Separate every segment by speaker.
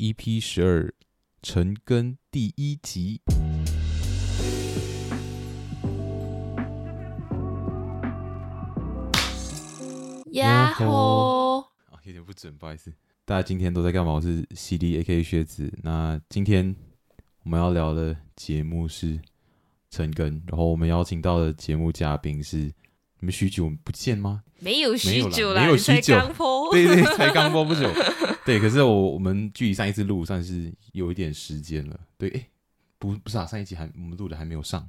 Speaker 1: EP 十二，陈根第一集。
Speaker 2: 呀
Speaker 1: 吼
Speaker 2: 吼！
Speaker 1: 啊，有点不准，不好意思。大家今天都在干嘛？我是 CD A K 靴子。那今天我们要聊的节目是陈根，然后我们邀请到的节目嘉宾是你们许久不见吗？
Speaker 2: 没有许久啦，
Speaker 1: 没有啦没有
Speaker 2: 你才
Speaker 1: 许久
Speaker 2: 刚播，
Speaker 1: 对对，才刚播不久。对，可是我我们距离上一次录算是有一点时间了。对，诶，不不是啊，上一集还我们录的还没有上。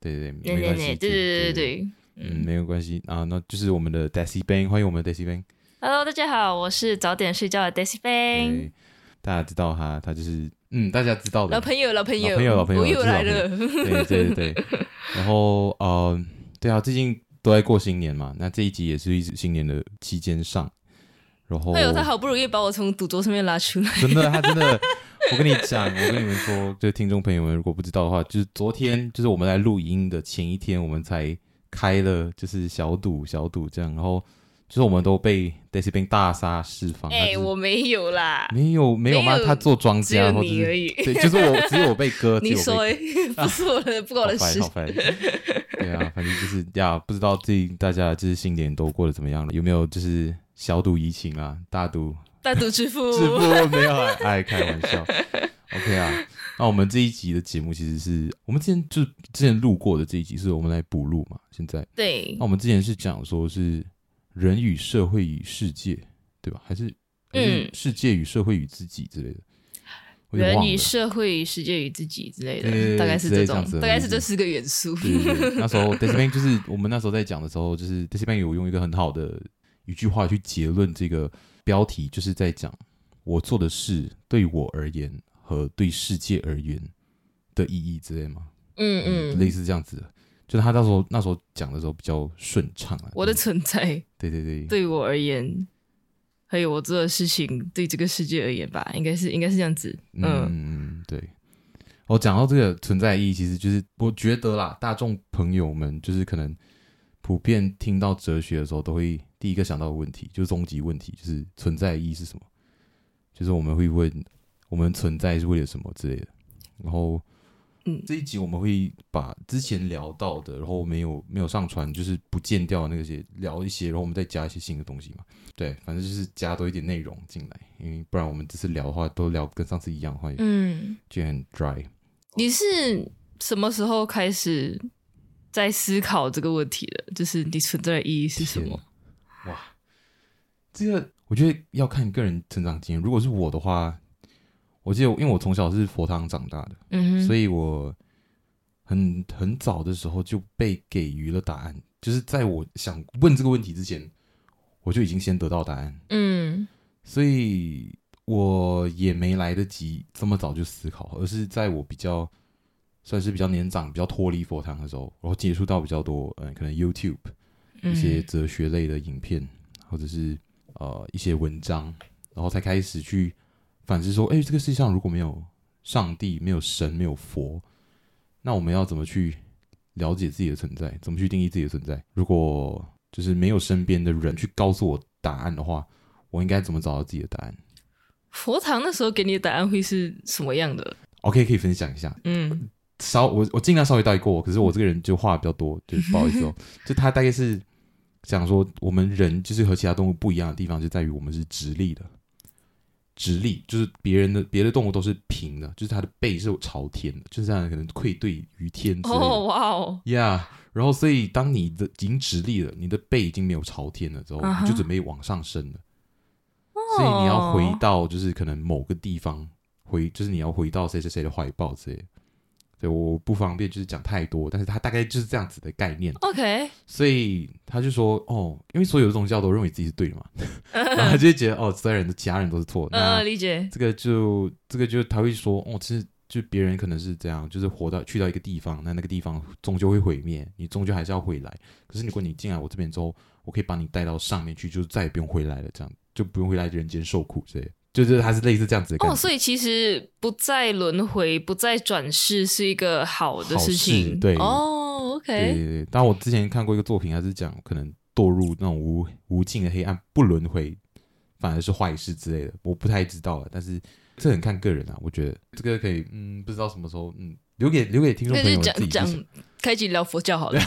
Speaker 1: 对对对，没
Speaker 2: 对
Speaker 1: 关
Speaker 2: 对
Speaker 1: 系。
Speaker 2: 对对对对，
Speaker 1: 嗯，
Speaker 2: 嗯
Speaker 1: 没有关系啊。那就是我们的 Daisy Bang，欢迎我们的 Daisy Bang。
Speaker 2: ，Hello，大家好，我是早点睡觉的 Daisy Bang，
Speaker 1: 对，大家知道他，他就是嗯，大家知道的
Speaker 2: 老朋友，老朋友，
Speaker 1: 老朋友老朋友
Speaker 2: 我又
Speaker 1: 是老
Speaker 2: 来
Speaker 1: 朋友
Speaker 2: 了，
Speaker 1: 对对对对。然后呃，对啊，最近都在过新年嘛，那这一集也是一直新年的期间上。然后，
Speaker 2: 哎呦，他好不容易把我从赌桌上面拉出来，
Speaker 1: 真的，他真 的，我跟你讲，我跟你们说，就听众朋友们如果不知道的话，就是昨天，就是我们在录音的前一天，我们才开了，就是小赌小赌这样，然后就是我们都被 Daisy 兵大杀四方。他就
Speaker 2: 哎，
Speaker 1: 是
Speaker 2: 我没有啦，
Speaker 1: 没有没有吗
Speaker 2: 没？有
Speaker 1: 他做庄
Speaker 2: 只有
Speaker 1: 家，或者
Speaker 2: 你而
Speaker 1: 是
Speaker 2: 已，
Speaker 1: 对，就是我，只有我被 割，只
Speaker 2: 你
Speaker 1: 有我
Speaker 2: 说
Speaker 1: 被
Speaker 2: 哎 不是我的，不关我的
Speaker 1: 好
Speaker 2: 事
Speaker 1: 烦，好烦。对啊，反正就是呀，不知道自己大家就是新年都过得怎么样了，有没有就是小赌怡情啊，大赌
Speaker 2: 大赌之父，
Speaker 1: 直播没有啊，哎，开玩笑。OK 啊，那我们这一集的节目其实是我们之前就是之前录过的这一集，是我们来补录嘛。现在，
Speaker 2: 对
Speaker 1: 那，我们之前是讲说是人与社会与世界，对吧？还是还是
Speaker 2: 嗯
Speaker 1: 世界与社会与自己之类的？我有点
Speaker 2: 人
Speaker 1: 忘
Speaker 2: 与
Speaker 1: 了。
Speaker 2: 社会、世界与自己之类
Speaker 1: 对对对
Speaker 2: 的，大概是这
Speaker 1: 之类这样
Speaker 2: 种
Speaker 1: 子的，
Speaker 2: 大概是
Speaker 1: 东西
Speaker 2: 这四个元素，
Speaker 1: 对对对，那时候 d e s b a n 就是我们那时候在讲的时候，就是 d e s b a n 有用一个很好的一句话去结论这个标题，就是在讲我做的事对我而言和对世界而言的意义之类嘛，
Speaker 2: 嗯嗯，
Speaker 1: 类似这样子的。就是他那时候那时候讲的时候比较顺畅啊。
Speaker 2: 我的存在
Speaker 1: 对对对，
Speaker 2: 对我而言，还有我做的事情，对这个世界而言吧，应该是应该是这样子。嗯，
Speaker 1: 嗯，对。我、讲到这个存在意义，其实就是我觉得啦，大众朋友们就是可能普遍听到哲学的时候，都会第一个想到的问题就是终极问题，就是存在意义是什么？就是我们会问我们存在是为了什么之类的。然后，
Speaker 2: 嗯
Speaker 1: 这一集我们会把之前聊到的，然后没有没有上传，就是不见掉的那些聊一些，然后我们再加一些新的东西嘛。对，反正就是加多一点内容进来，因为不然我们这次聊的话都聊跟上次一样的话，
Speaker 2: 嗯，
Speaker 1: 就很 dry。
Speaker 2: 你是什么时候开始在思考这个问题的？就是你存在的意义是什么？
Speaker 1: 天？哇，这个我觉得要看个人成长经验。如果是我的话，我记得因为我从小是佛堂长大的，
Speaker 2: 嗯哼，
Speaker 1: 所
Speaker 2: 以
Speaker 1: 以我很很早的时候就被给予了答案，就是在我想问这个问题之前，我就已经先得到答案，
Speaker 2: 嗯
Speaker 1: 所以我也没来得及这么早就思考，而是在我比较算是比较年长、比较脱离佛堂的时候，然后接触到比较多，嗯、可能 YouTube 一
Speaker 2: 嗯
Speaker 1: 些哲学类的影片，或者是呃一些文章，然后才开始去反思说，哎，这个世界上如果没有上帝、没有神、没有佛，那我们要怎么去了解自己的存在？怎么去定义自己的存在？如果就是没有身边的人去告诉我答案的话，我应该怎么找到自己的答案
Speaker 2: 佛堂那时候给你的答案会是什么样的？
Speaker 1: ？OK，可以分享一下。
Speaker 2: 嗯
Speaker 1: 稍我我尽量稍微带过，可是我这个人就话比较多，就是不好意思哦。就他大概是讲说，我们人就是和其他动物不一样的地方，就在于我们是直立的。直立就是别人的别的动物都是平的，就是它的背是朝天的，就是这样可能愧对于天之类的。
Speaker 2: 哦哇哦，
Speaker 1: Yeah，然后所以当你的已经直立了，你的背已经没有朝天了之后
Speaker 2: 啊哈哦
Speaker 1: 你就准备往上升了。所以你要回到就是可能某个地方，回就是你要回到谁谁谁的怀抱之类的，对，我不方便就是讲太多，但是它大概就是这样子的概念。
Speaker 2: OK，
Speaker 1: 所以他就说，哦，因为所有的宗教都认为自己是 对的嘛，然后他就会觉得，哦，所有人的其他人都是错。的。
Speaker 2: 呃，
Speaker 1: 那
Speaker 2: 理解，
Speaker 1: 这个就这个就他会说，哦，其实就别人可能是这样，就是活到去到一个地方，那那个地方终究会毁灭，你终究还是要回来。可是如果你进来我这边之后，我可以把你带到上面去，就是再也不用回来了，这样就不用回来人间受苦之类的。就是他是类似这样子的感
Speaker 2: 哦，
Speaker 1: 觉。
Speaker 2: 所以其实不再轮回、不再转世是一个好的
Speaker 1: 好事
Speaker 2: 情，
Speaker 1: 对
Speaker 2: 哦
Speaker 1: 对对
Speaker 2: ，OK，
Speaker 1: 对，当然我之前看过一个作品，它是讲可能堕入那种无无尽的黑暗，不轮回，反而是坏事之类的，我不太知道了。但是这很看个人啊，我觉得这个可以，嗯，不知道什么时候，嗯，留给留给听众
Speaker 2: 那
Speaker 1: 朋
Speaker 2: 就
Speaker 1: 友自己
Speaker 2: 讲
Speaker 1: 去想
Speaker 2: 讲，开启聊佛教好了，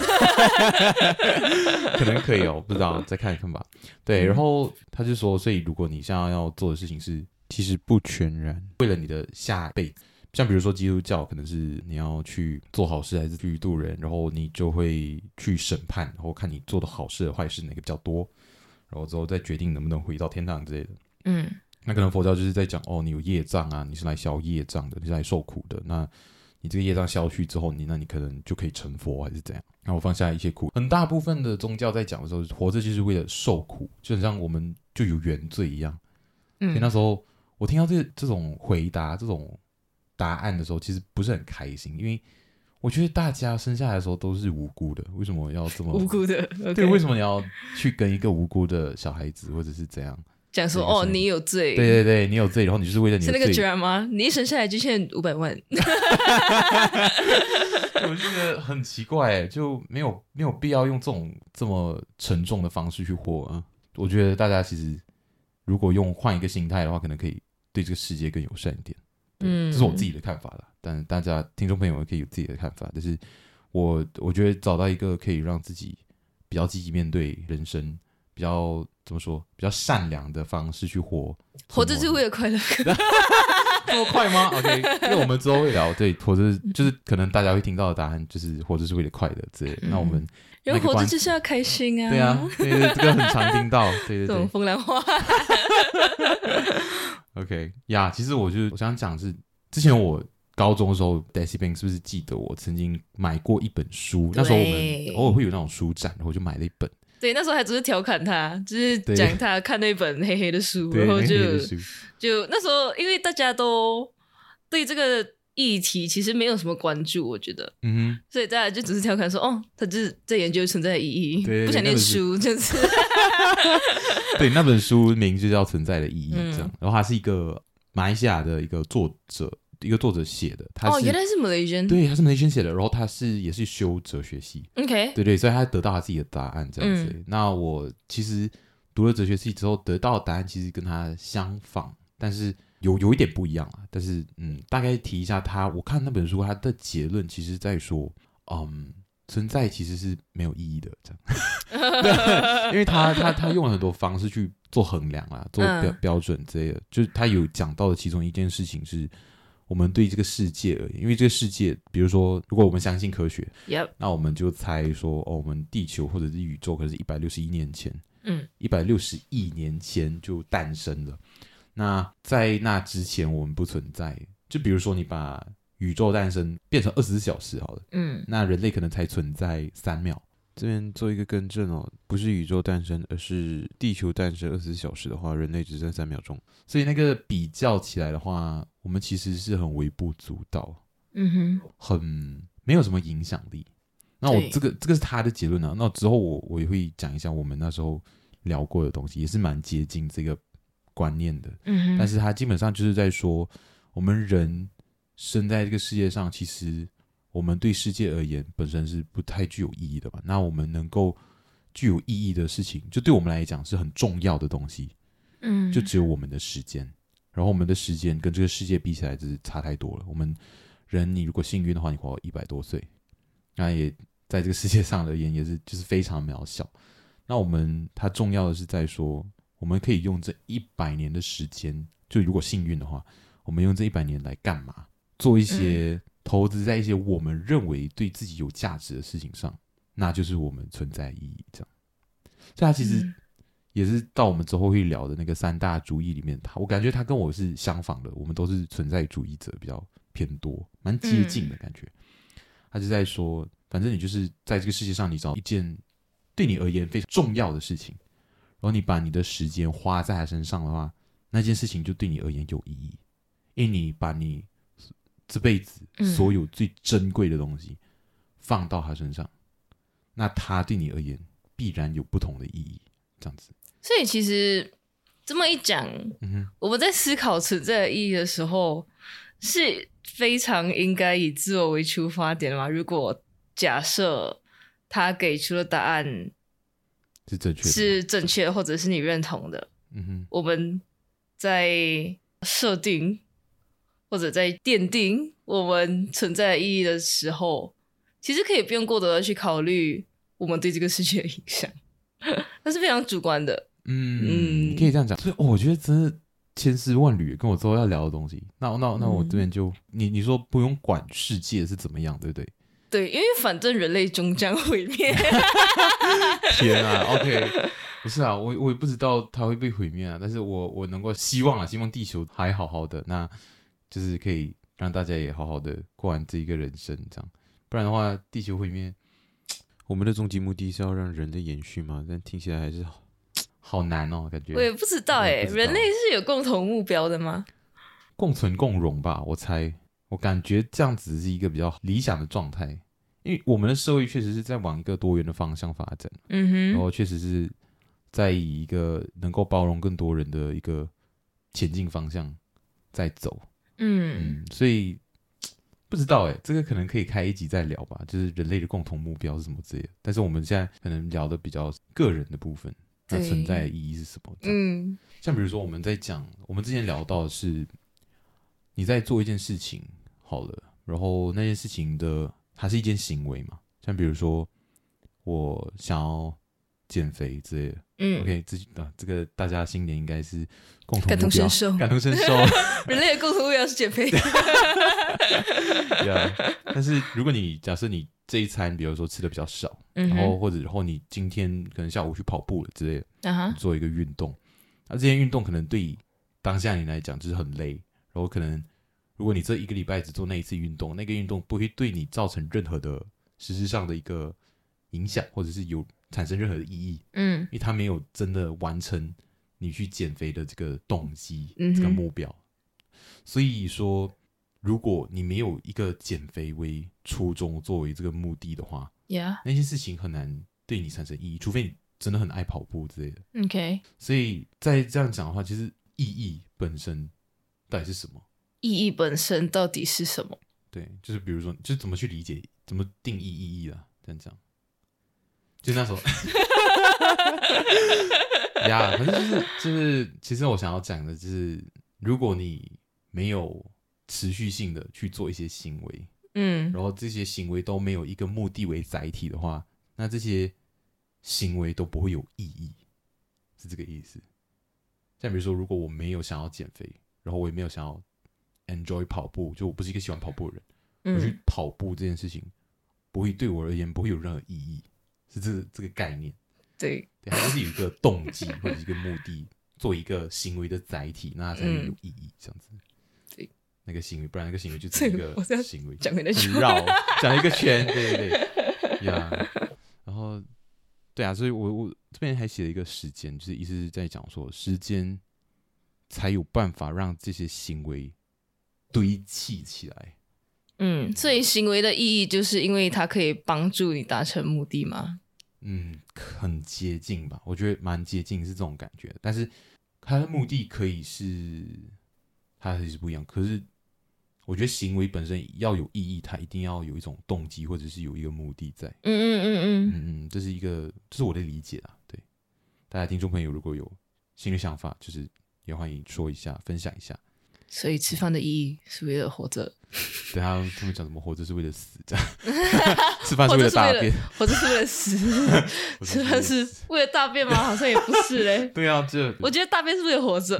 Speaker 1: 可能可以哦，不知 道，再看一看吧。对，然后他就说，所以如果你现在要做的事情是，其实不全然为了你的下辈子，像比如说基督教，可能是你要去做好事还是去度人，然后你就会去审判，然后看你做的好事和坏事哪个比较多，然后之后再决定能不能回到天堂之类的。
Speaker 2: 嗯，
Speaker 1: 那可能佛教就是在讲哦，你有业障啊，你是来消业障的，你是来受苦的。那你这个业障消去之后，你那你可能就可以成佛，还是怎样？然后放下一些苦。很大部分的宗教在讲的时候，活着就是为了受苦，就很像我们就有原罪一样。所以那
Speaker 2: 嗯，
Speaker 1: 时候我听到这这种回答、这种答案的时候，其实不是很开心，因为我觉得大家生下来的时候都是无辜的，为什么要这么
Speaker 2: 无？辜的
Speaker 1: 对，为
Speaker 2: ，OK，
Speaker 1: 什么你要去跟一个无辜的小孩子，或者是怎样？
Speaker 2: 讲说
Speaker 1: 这个是
Speaker 2: 哦，你有罪，
Speaker 1: 对对对，你有罪，然后你就是为了你
Speaker 2: 是
Speaker 1: 的
Speaker 2: 那个
Speaker 1: 罪
Speaker 2: drama，你一生下来就欠五百万，
Speaker 1: 我就觉得很奇怪欸，就没有没有必要用这种这么沉重的方式去活啊。我觉得大家其实如果用换一个心态的话，可能可以对这个世界更友善一点。对
Speaker 2: 嗯
Speaker 1: 这是我自己的看法啦。但大家听众朋友也可以有自己的看法，但是我我觉得找到一个可以让自己比较积极面对人生，比较怎么说，比较善良的方式去活，
Speaker 2: 活着是为了 快乐，
Speaker 1: 这么快吗？OK，因为我们之后会聊，对，活着
Speaker 2: 嗯
Speaker 1: 就是可能大家会听到的答案就是活着是为了快乐之类的。
Speaker 2: 嗯
Speaker 1: 那我们
Speaker 2: 人活着
Speaker 1: 关
Speaker 2: 就是要开心啊，
Speaker 1: 对啊，对对，这个很常听到，对对
Speaker 2: 这种
Speaker 1: 对
Speaker 2: 风凉话，
Speaker 1: ，OK 呀、其实我就是我想讲的是，之前我高中的时候，Daisy Bang 是不是记得我曾经买过一本书？那时候我们
Speaker 2: 对
Speaker 1: 偶尔会有那种书展，然后我就买了一本，
Speaker 2: 对，那时候还只是调侃他，就是
Speaker 1: 对
Speaker 2: 讲他看那本黑黑的书，
Speaker 1: 对，
Speaker 2: 然后
Speaker 1: 那
Speaker 2: 就
Speaker 1: 个书，
Speaker 2: 就那时候，因为大家都对这个议题其实没有什么关注，我觉得，
Speaker 1: 嗯
Speaker 2: 所以大家就只是调侃说，哦，他就是在研究存在的意义，
Speaker 1: 对
Speaker 2: 不想念 书，就是，
Speaker 1: 哼，对，那本书名就叫《存在的意义》
Speaker 2: 嗯
Speaker 1: 这样，然后它是一个马来西亚的一个作者，一个作者写的，他
Speaker 2: 哦，
Speaker 1: 是、
Speaker 2: 原来是 Malaysian，OK，、
Speaker 1: 对，他是梅先写的，然后他是也是修哲学系，
Speaker 2: OK
Speaker 1: 对对，所以他得到他自己的答案这样子。
Speaker 2: 嗯
Speaker 1: 那我其实读了哲学系之后得到的答案其实跟他相仿，但是有有一点不一样啊。但是嗯，大概提一下他，我看那本书他的结论其实在说，嗯，存在其实是没有意义的这样， 对因为他他他用了很多方式去做衡量啊，做
Speaker 2: 嗯
Speaker 1: 标、标准之类的。就是他有讲到的其中一件事情是。我们对这个世界而言，因为这个世界，比如说，如果我们相信科学，
Speaker 2: Yep，
Speaker 1: 那我们就猜说，哦，我们地球或者是宇宙，可能是一百六十一年前，
Speaker 2: 嗯，
Speaker 1: 一百六十亿年前就诞生了。那在那之前，我们不存在。就比如说，你把宇宙诞生变成二十四小时好了，
Speaker 2: 嗯，
Speaker 1: 那人类可能才存在三秒。这边做一个更正哦，不是宇宙诞生，而是地球诞生二十四小时的话，人类只剩三秒钟。所以那个比较起来的话，我们其实是很微不足道。
Speaker 2: 嗯哼，
Speaker 1: 很没有什么影响力。那我
Speaker 2: 对
Speaker 1: 这个这个是他的结论啊。那之后我我也会讲一下我们那时候聊过的东西，也是蛮接近这个观念的。
Speaker 2: 嗯
Speaker 1: 但
Speaker 2: 哼，
Speaker 1: 是他基本上就是在说，我们人生在这个世界上，其实我们对世界而言本身是不太具有意义的嘛。那我们能够具有意义的事情，就对我们来讲是很重要的东西。
Speaker 2: 嗯，
Speaker 1: 就只有我们的时间，然后我们的时间跟这个世界比起来，就是差太多了。我们人，你如果幸运的话，你活到一百多岁，那也在这个世界上而言，也是就是非常渺小。那我们它重要的是在说，我们可以用这一百年的时间，就如果幸运的话，我们用这一百年来干嘛？做一些投资在一些我们认为对自己有价值的事情上，那就是我们存在的意义。这样，所以它其实
Speaker 2: 嗯
Speaker 1: 也是到我们之后会聊的那个三大主义里面，他我感觉他跟我是相仿的，我们都是存在主义者比较偏多，蛮接近的感觉。他就在说，反正你就是在这个世界上，你找一件对你而言非常重要的事情，然后你把你的时间花在他身上的话，那件事情就对你而言有意义，因为你把你这辈子
Speaker 2: 嗯
Speaker 1: 所有最珍贵的东西放到他身上，那他对你而言必然有不同的意义。这样子，
Speaker 2: 所以其实这么一讲，
Speaker 1: 嗯哼，
Speaker 2: 我们在思考存在的意义的时候，是非常应该以自我为出发点的嘛。如果假设他给出的答案
Speaker 1: 是正确的，，
Speaker 2: 是正确，或者是你认同的，
Speaker 1: 嗯哼，
Speaker 2: 我们在设定或者在奠定我们存在的意义的时候，其实可以不用过多的去考虑我们对这个世界的影响， 那是非常主观的。
Speaker 1: 嗯，
Speaker 2: 嗯
Speaker 1: 可以这样讲。所以、哦我觉得真的千丝万缕，跟我之后要聊的东西。那那那我
Speaker 2: 嗯
Speaker 1: 这边就、你你说不用管世界是怎么样，对不对？
Speaker 2: 对，因为反正人类终将毁 灭。
Speaker 1: 天 啊，OK，不是啊，我我也不知道它会被毁灭啊，但是我我能够希望啊，希望地球还好好的，那就是可以让大家也好好的过完这一个人生，这样。不然的话，地球毁灭
Speaker 3: 我们的终极目的是要让人类延续嘛，但听起来还是好
Speaker 1: 好难哦，感觉。
Speaker 2: 我也不知道
Speaker 1: 我
Speaker 2: 哎、
Speaker 1: 也不知道
Speaker 2: 人类是有共同目标的吗？
Speaker 1: 共存共荣吧，我猜，我感觉这样子是一个比较理想的状态，因为我们的社会确实是在往一个多元的方向发展，
Speaker 2: 嗯
Speaker 1: 然
Speaker 2: 哼，
Speaker 1: 后确实是在以一个能够包容更多人的一个前进方向在走，
Speaker 2: 嗯，
Speaker 1: 嗯，所以不知道哎、这个可能可以开一集再聊吧，就是人类的共同目标是什么之类的，但是我们现在可能聊的比较个人的部分，那
Speaker 2: 对
Speaker 1: 存在的意义是什么？这样
Speaker 2: 嗯
Speaker 1: 像比如说我们在讲，我们之前聊到的是你在做一件事情好了，然后那件事情的它是一件行为嘛，像比如说我想要减肥之类的、
Speaker 2: 嗯
Speaker 1: o k 这啊这个大家新年应该是共同
Speaker 2: 感同
Speaker 1: 目哦标
Speaker 2: 身受
Speaker 1: 感同身 受，
Speaker 2: 人类的共同目标是 减肥。
Speaker 1: yeah. 但是如果你假设你这一餐比如说吃的比较少，
Speaker 2: 嗯
Speaker 1: 然后
Speaker 2: 哼，
Speaker 1: 或者然后你今天可能下午去跑步了之类的。
Speaker 2: 啊哈，
Speaker 1: 做一个运动。那这些运动可能对当下你来讲就是很累，然后可能如果你这一个礼拜只做那一次运动，那个运动不会对你造成任何的实质上的一个影响，或者是有产生任何的意义，
Speaker 2: 嗯
Speaker 1: 因为它没有真的完成你去减肥的这个动机、
Speaker 2: 嗯哼
Speaker 1: 这个目标。所以说，如果你没有一个减肥为初衷作为这个目的的话，
Speaker 2: ，Yeah，OK，、
Speaker 1: 那些事情很难对你产生意义，除非你真的很爱跑步之类的。所以在这样讲的话，其实意义本身到底是什么？
Speaker 2: 意义本身到底是什么？
Speaker 1: 对，就是比如说，就是怎么去理解，怎么定义意义啦、这样讲，就那时候， 呀，反正就是就是，其实我想要讲的就是，如果你没有持续性的去做一些行为，
Speaker 2: 嗯
Speaker 1: 然后这些行为都没有一个目的为载体的话，那这些行为都不会有意义，是这个意思。像比如说，如果我没有想要减肥，然后我也没有想要 enjoy 跑步，就我不是一个喜欢跑步的人，我去
Speaker 2: 嗯
Speaker 1: 跑步这件事情不会对我而言不会有任何意义，是这个这个概念。
Speaker 2: 对，
Speaker 1: 对，它就是有一个动机或者是一个目的，做一个行为的载体，那才会有意义。这样子，
Speaker 2: 嗯对，
Speaker 1: 那个行为，不然那个行为就只是一
Speaker 2: 这个我是要
Speaker 1: 个行为，
Speaker 2: 讲回那句
Speaker 1: 很绕，讲一个 圈，对对对，呀、然后对啊，所以我我这边还写了一个时间，就是意思是在讲说时间才有办法让这些行为堆砌起来。
Speaker 2: 嗯，所以行为的意义就是因为它可以帮助你达成目的嘛。
Speaker 1: 嗯，很接近吧，我觉得蛮接近是这种感觉，但是它的目的可以是，它还是不一样。可是我觉得行为本身要有意义，它一定要有一种动机或者是有一个目的在。
Speaker 2: 嗯嗯嗯嗯，
Speaker 1: 嗯嗯，这是一个，这是我的理解啊。对，大家听众朋友如果有新的想法，就是也欢迎说一下，分享一下。
Speaker 2: 所以吃饭的意义是为了活着，
Speaker 1: 等下啊他们讲什么活着是为了死 这样，吃饭是
Speaker 2: 活
Speaker 1: 为
Speaker 2: 着
Speaker 1: 了
Speaker 2: 是
Speaker 1: 大
Speaker 2: 为
Speaker 1: 便
Speaker 2: 了，活着是为了死，
Speaker 1: 活着
Speaker 2: 吃饭是为了大便吗？好像也不 是嘞。
Speaker 1: 对啊， 这
Speaker 2: 我觉得大便是为了活着。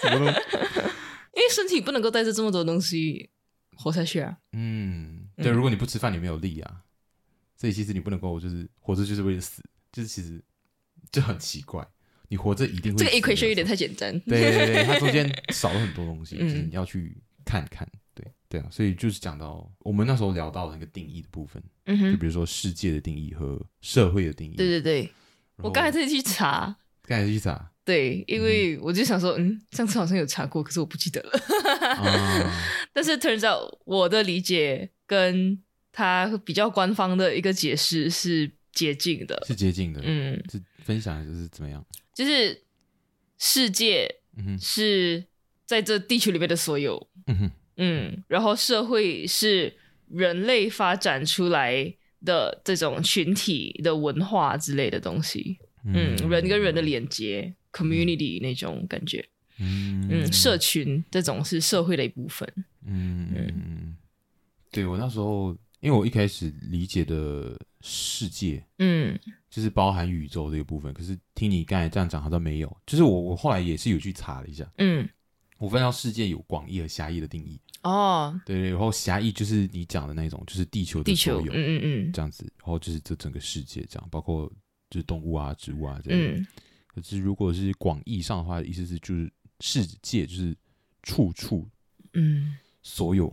Speaker 1: 什么都
Speaker 2: 因为身体不能够带着这么多东西活下去啊。
Speaker 1: 嗯，对，
Speaker 2: 嗯
Speaker 1: 如果你不吃饭，你没有力啊，所以其实你不能够就是活着就是为了死，就是其实就很奇怪，你活着一定会
Speaker 2: 这个
Speaker 1: 死
Speaker 2: equation
Speaker 1: 没
Speaker 2: 有点
Speaker 1: 错
Speaker 2: 太简单。
Speaker 1: 对对对，它中间少了很多东西，
Speaker 2: 嗯
Speaker 1: 就是你要去看看，对对啊，所以就是讲到我们那时候聊到的那个定义的部分，
Speaker 2: 嗯
Speaker 1: 就
Speaker 2: 哼，
Speaker 1: 比如说世界的定义和社会的定义。
Speaker 2: 对对对，
Speaker 1: 然后
Speaker 2: 我刚才特意去查，
Speaker 1: 刚才是 啥？
Speaker 2: 对，因为我就想说，嗯，上次好像有查过，可是我不记得了。
Speaker 1: 啊，
Speaker 2: 但是 turns out 我的理解跟他比较官方的一个解释是接近的，
Speaker 1: 是接近的，
Speaker 2: 嗯，
Speaker 1: 是分享还是怎么样？
Speaker 2: 就是世界
Speaker 1: 嗯哼，
Speaker 2: 是在这地球里面的所有，
Speaker 1: 嗯哼，
Speaker 2: 嗯，然后社会是人类发展出来的这种群体的文化之类的东西，嗯，人跟人的连接，community 那种感觉，
Speaker 1: 嗯
Speaker 2: 嗯，社群这种是社会的一部分，
Speaker 1: 嗯嗯嗯，对我那时候，因为我一开始理解的世界
Speaker 2: 嗯
Speaker 1: 就是包含宇宙这个部分，可是听你刚才这样讲，好像没有。就是我我后来也是有去查了一下，
Speaker 2: 嗯，
Speaker 1: 我发现到世界有广义和狭义的定义，
Speaker 2: 哦，
Speaker 1: 对对，然后狭义就是你讲的那种，就是地球
Speaker 2: 地
Speaker 1: 的
Speaker 2: 球
Speaker 1: 所，有
Speaker 2: 嗯嗯
Speaker 1: 这样子，然后就是这整个世界这样，包括就是动物啊、植物啊这样。
Speaker 2: 嗯嗯，
Speaker 1: 可是如果是广义上的话，意思是就是世界就是处处
Speaker 2: 嗯
Speaker 1: 所有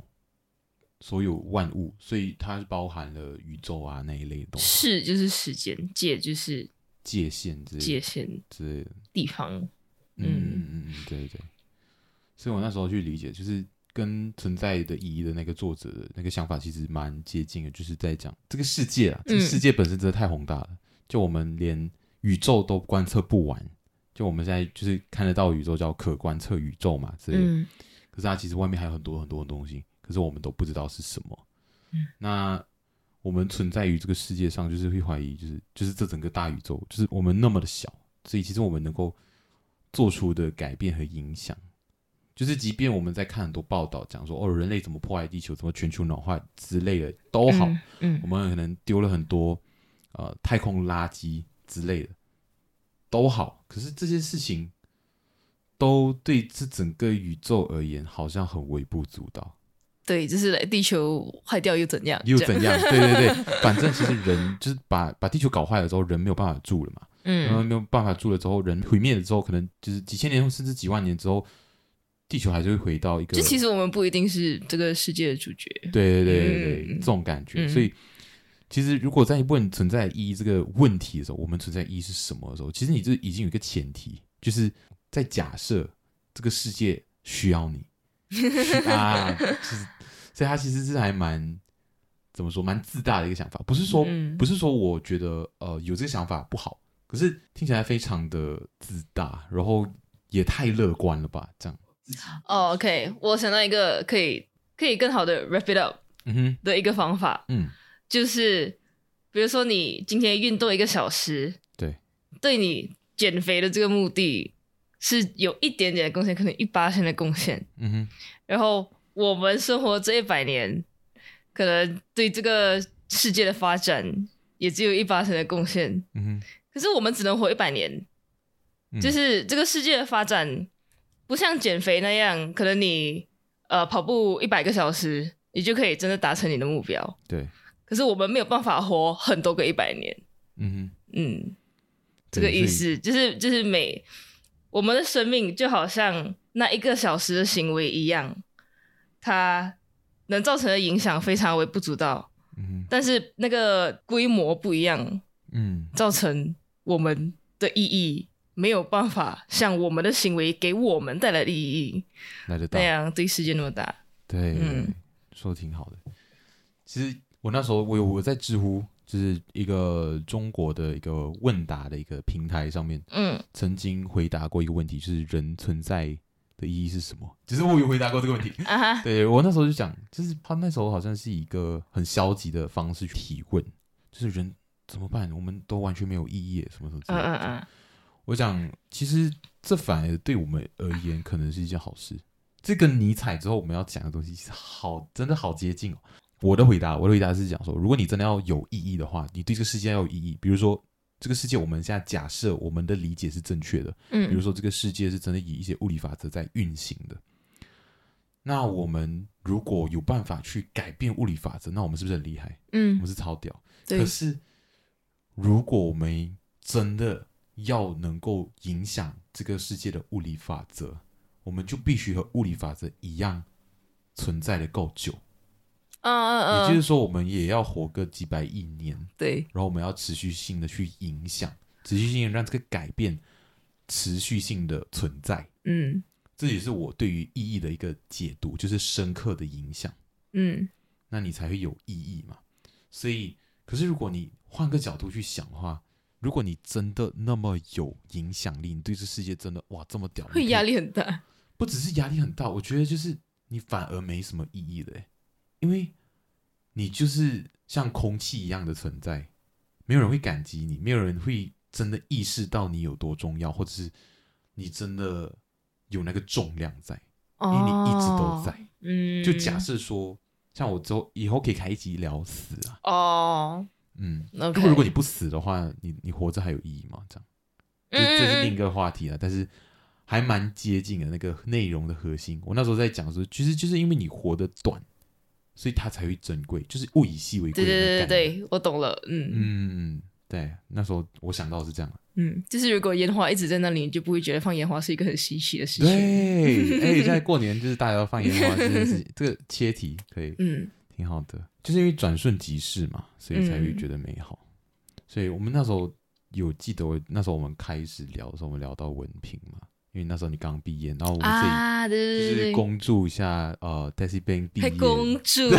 Speaker 1: 所有万物，所以它是包含了宇宙啊那一类的东西，
Speaker 2: 是就是时间，界就是
Speaker 1: 界限之类
Speaker 2: 界
Speaker 1: 的
Speaker 2: 限
Speaker 1: 之类的。
Speaker 2: 地方，
Speaker 1: 嗯嗯嗯嗯，对对对。所以我那时候去理解，就是跟《存在的意义》的那个作者的那个想法其实蛮接近的，就是在讲这个世界啊，这个世界本身真的太宏大了，就我们连宇宙都观测不完。就我们现在就是看得到宇宙叫可观测宇宙嘛之类的，
Speaker 2: 嗯
Speaker 1: 可是它其实外面还有很多很多很多东西，可是我们都不知道是什么。那我们存在于这个世界上，就是会怀疑，就是就是这整个大宇宙，就是我们那么的小，所以其实我们能够做出的改变和影响，就是即便我们在看很多报道讲说，哦，人类怎么破坏地球，怎么全球暖化之类的都哦好，
Speaker 2: 嗯
Speaker 1: 我
Speaker 2: 嗯
Speaker 1: 们可能丢了很多呃太空垃圾之类的，都好。可是这些事情都对这整个宇宙而言，好像很微不足道，
Speaker 2: 对，就是来地球坏掉又怎样？
Speaker 1: 又
Speaker 2: 这样
Speaker 1: 怎样？对对对，反正其实人就是把把地球搞坏了之后，人没有办法住了嘛，然后
Speaker 2: 嗯
Speaker 1: 没有办法住了之后，人毁灭了之后，可能就是几千年甚至几万年之后，地球还是会回到一个
Speaker 2: 就其实我们不一定是这个世界的主角。
Speaker 1: 对对对对对，
Speaker 2: 嗯
Speaker 1: 这种感觉。
Speaker 2: 嗯
Speaker 1: 所以，其实如果在问存在意义这个问题的时候，我们存在意义是什么的时候，其实你这已经有一个前提，就是在假设这个世界需要 你啊，就是，所以他其实是还蛮怎么说，蛮自大的一个想法。不是说、
Speaker 2: 嗯
Speaker 1: 不是说我觉得呃有这个想法不好，可是听起来非常的自大，然后也太乐观了吧？这样，
Speaker 2: 哦，OK，我想到一个可以可以更好的 wrap it up
Speaker 1: 嗯哼，
Speaker 2: 的一个方法，
Speaker 1: 嗯，
Speaker 2: 就是比如说你今天运动一个小时，
Speaker 1: 对，
Speaker 2: 对你减肥的这个目的是有一点点的贡献，可能一八线的贡献。
Speaker 1: 嗯哼，
Speaker 2: 然后我们生活这一百年，可能对这个世界的发展也只有一八成的贡献。
Speaker 1: 嗯哼
Speaker 2: 可是我们只能活一百年，
Speaker 1: 嗯，
Speaker 2: 就是这个世界的发展不像减肥那样，可能你呃跑步一百个小时，你就可以真的达成你的目标。
Speaker 1: 对，
Speaker 2: 可是我们没有办法活很多个一百年，
Speaker 1: 嗯哼。
Speaker 2: 嗯，这
Speaker 1: 对
Speaker 2: 个
Speaker 1: 所
Speaker 2: 意。
Speaker 1: 以
Speaker 2: 思就是就是每我们的生命就好像那一个小时的行为一样，它能造成的影响非常微不足道，
Speaker 1: 嗯
Speaker 2: 但是那个规模不一样，
Speaker 1: 嗯
Speaker 2: 造成我们的意义没有办法像我们的行为给我们带来的意义
Speaker 1: 来得到
Speaker 2: 那，样，对啊世界那么大。
Speaker 1: 对，
Speaker 2: 嗯
Speaker 1: 说的挺好的。其实我那时候我有我在知乎，就是一个中国的一个问答的一个平台上面，
Speaker 2: 嗯
Speaker 1: 曾经回答过一个问题，就是人存在的意义是什么？就是我有回答过这个问题。
Speaker 2: 啊哈，
Speaker 1: 对我那时候就讲，就是他那时候好像是一个很消极的方式去提问，就是人怎么办？我们都完全没有意义耶，什么什么之
Speaker 2: 嗯
Speaker 1: 类的。
Speaker 2: 嗯嗯，
Speaker 1: 我想，其实这反而对我们而言可能是一件好事。这跟尼采之后我们要讲的东西是好，真的好接近哦。我的回答，我的回答是讲说，如果你真的要有意义的话，你对这个世界要有意义。比如说，这个世界我们现在假设我们的理解是正确的，
Speaker 2: 嗯
Speaker 1: 比如说这个世界是真的以一些物理法则在运行的。那我们如果有办法去改变物理法则，那我们是不是很厉害？我
Speaker 2: 嗯
Speaker 1: 们，是超屌。
Speaker 2: 对
Speaker 1: 可，是，如果我们真的要能够影响这个世界的物理法则，我们就必须和物理法则一样存在的够久，也就
Speaker 2: 嗯嗯
Speaker 1: 是
Speaker 2: 嗯，
Speaker 1: 说我们也要活个几百亿年，
Speaker 2: 对，
Speaker 1: 然后我们要持续性的去影响，持续性的让这个改变持续性的存在。
Speaker 2: 嗯
Speaker 1: 这也是我对于意义的一个解读，就是深刻的影响，
Speaker 2: 嗯
Speaker 1: 那你才会有意义嘛。所以，可是如果你换个角度去想的话，如果你真的那么有影响力，你对这世界真的哇这么屌，
Speaker 2: 会
Speaker 1: 你可以
Speaker 2: 压力很大。
Speaker 1: 不只是压力很大，我觉得就是你反而没什么意义了欸，因为你就是像空气一样的存在，没有人会感激你，没有人会真的意识到你有多重要，或者是你真的有那个重量在，
Speaker 2: 因
Speaker 1: 因为你一直都在。。
Speaker 2: 嗯，
Speaker 1: 就假设说，像我之后以后可以开一集聊死啊，
Speaker 2: 哦，
Speaker 1: 嗯，
Speaker 2: 那
Speaker 1: 如果如果你不死的话，你你活着还有意义吗？这样，
Speaker 2: 嗯
Speaker 1: 这这是另一
Speaker 2: 个
Speaker 1: 个话题啊了，但是还蛮接近的那个内容的核心。我那时候在讲说，其实就是因为你活得短，所以它才会珍贵，就是物以稀为贵
Speaker 2: 对
Speaker 1: 的那
Speaker 2: 对
Speaker 1: 个概念。
Speaker 2: 对对对，我懂了，嗯
Speaker 1: 嗯，对，那时候我想到是这样。
Speaker 2: 嗯，就是如果烟花一直在那里，你就不会觉得放烟花是一个很稀奇的事情。
Speaker 1: 对， 哎、现在过年就是大家要放烟花这件事情，这个切题可以
Speaker 2: 嗯
Speaker 1: 挺好的，就是因为转瞬即逝嘛，所以才会
Speaker 2: 嗯
Speaker 1: 觉得美好。所以我们那时候有记得我，那时候我们开始聊的时候，我们聊到文凭嘛，因为那时候你刚毕业，然后我们自己
Speaker 2: 啊，
Speaker 1: 就
Speaker 2: 对对对
Speaker 1: 是
Speaker 2: 对，
Speaker 1: 恭祝一下呃 d e s i b a n 毕业，
Speaker 2: 还公
Speaker 1: 因
Speaker 2: 主嘞，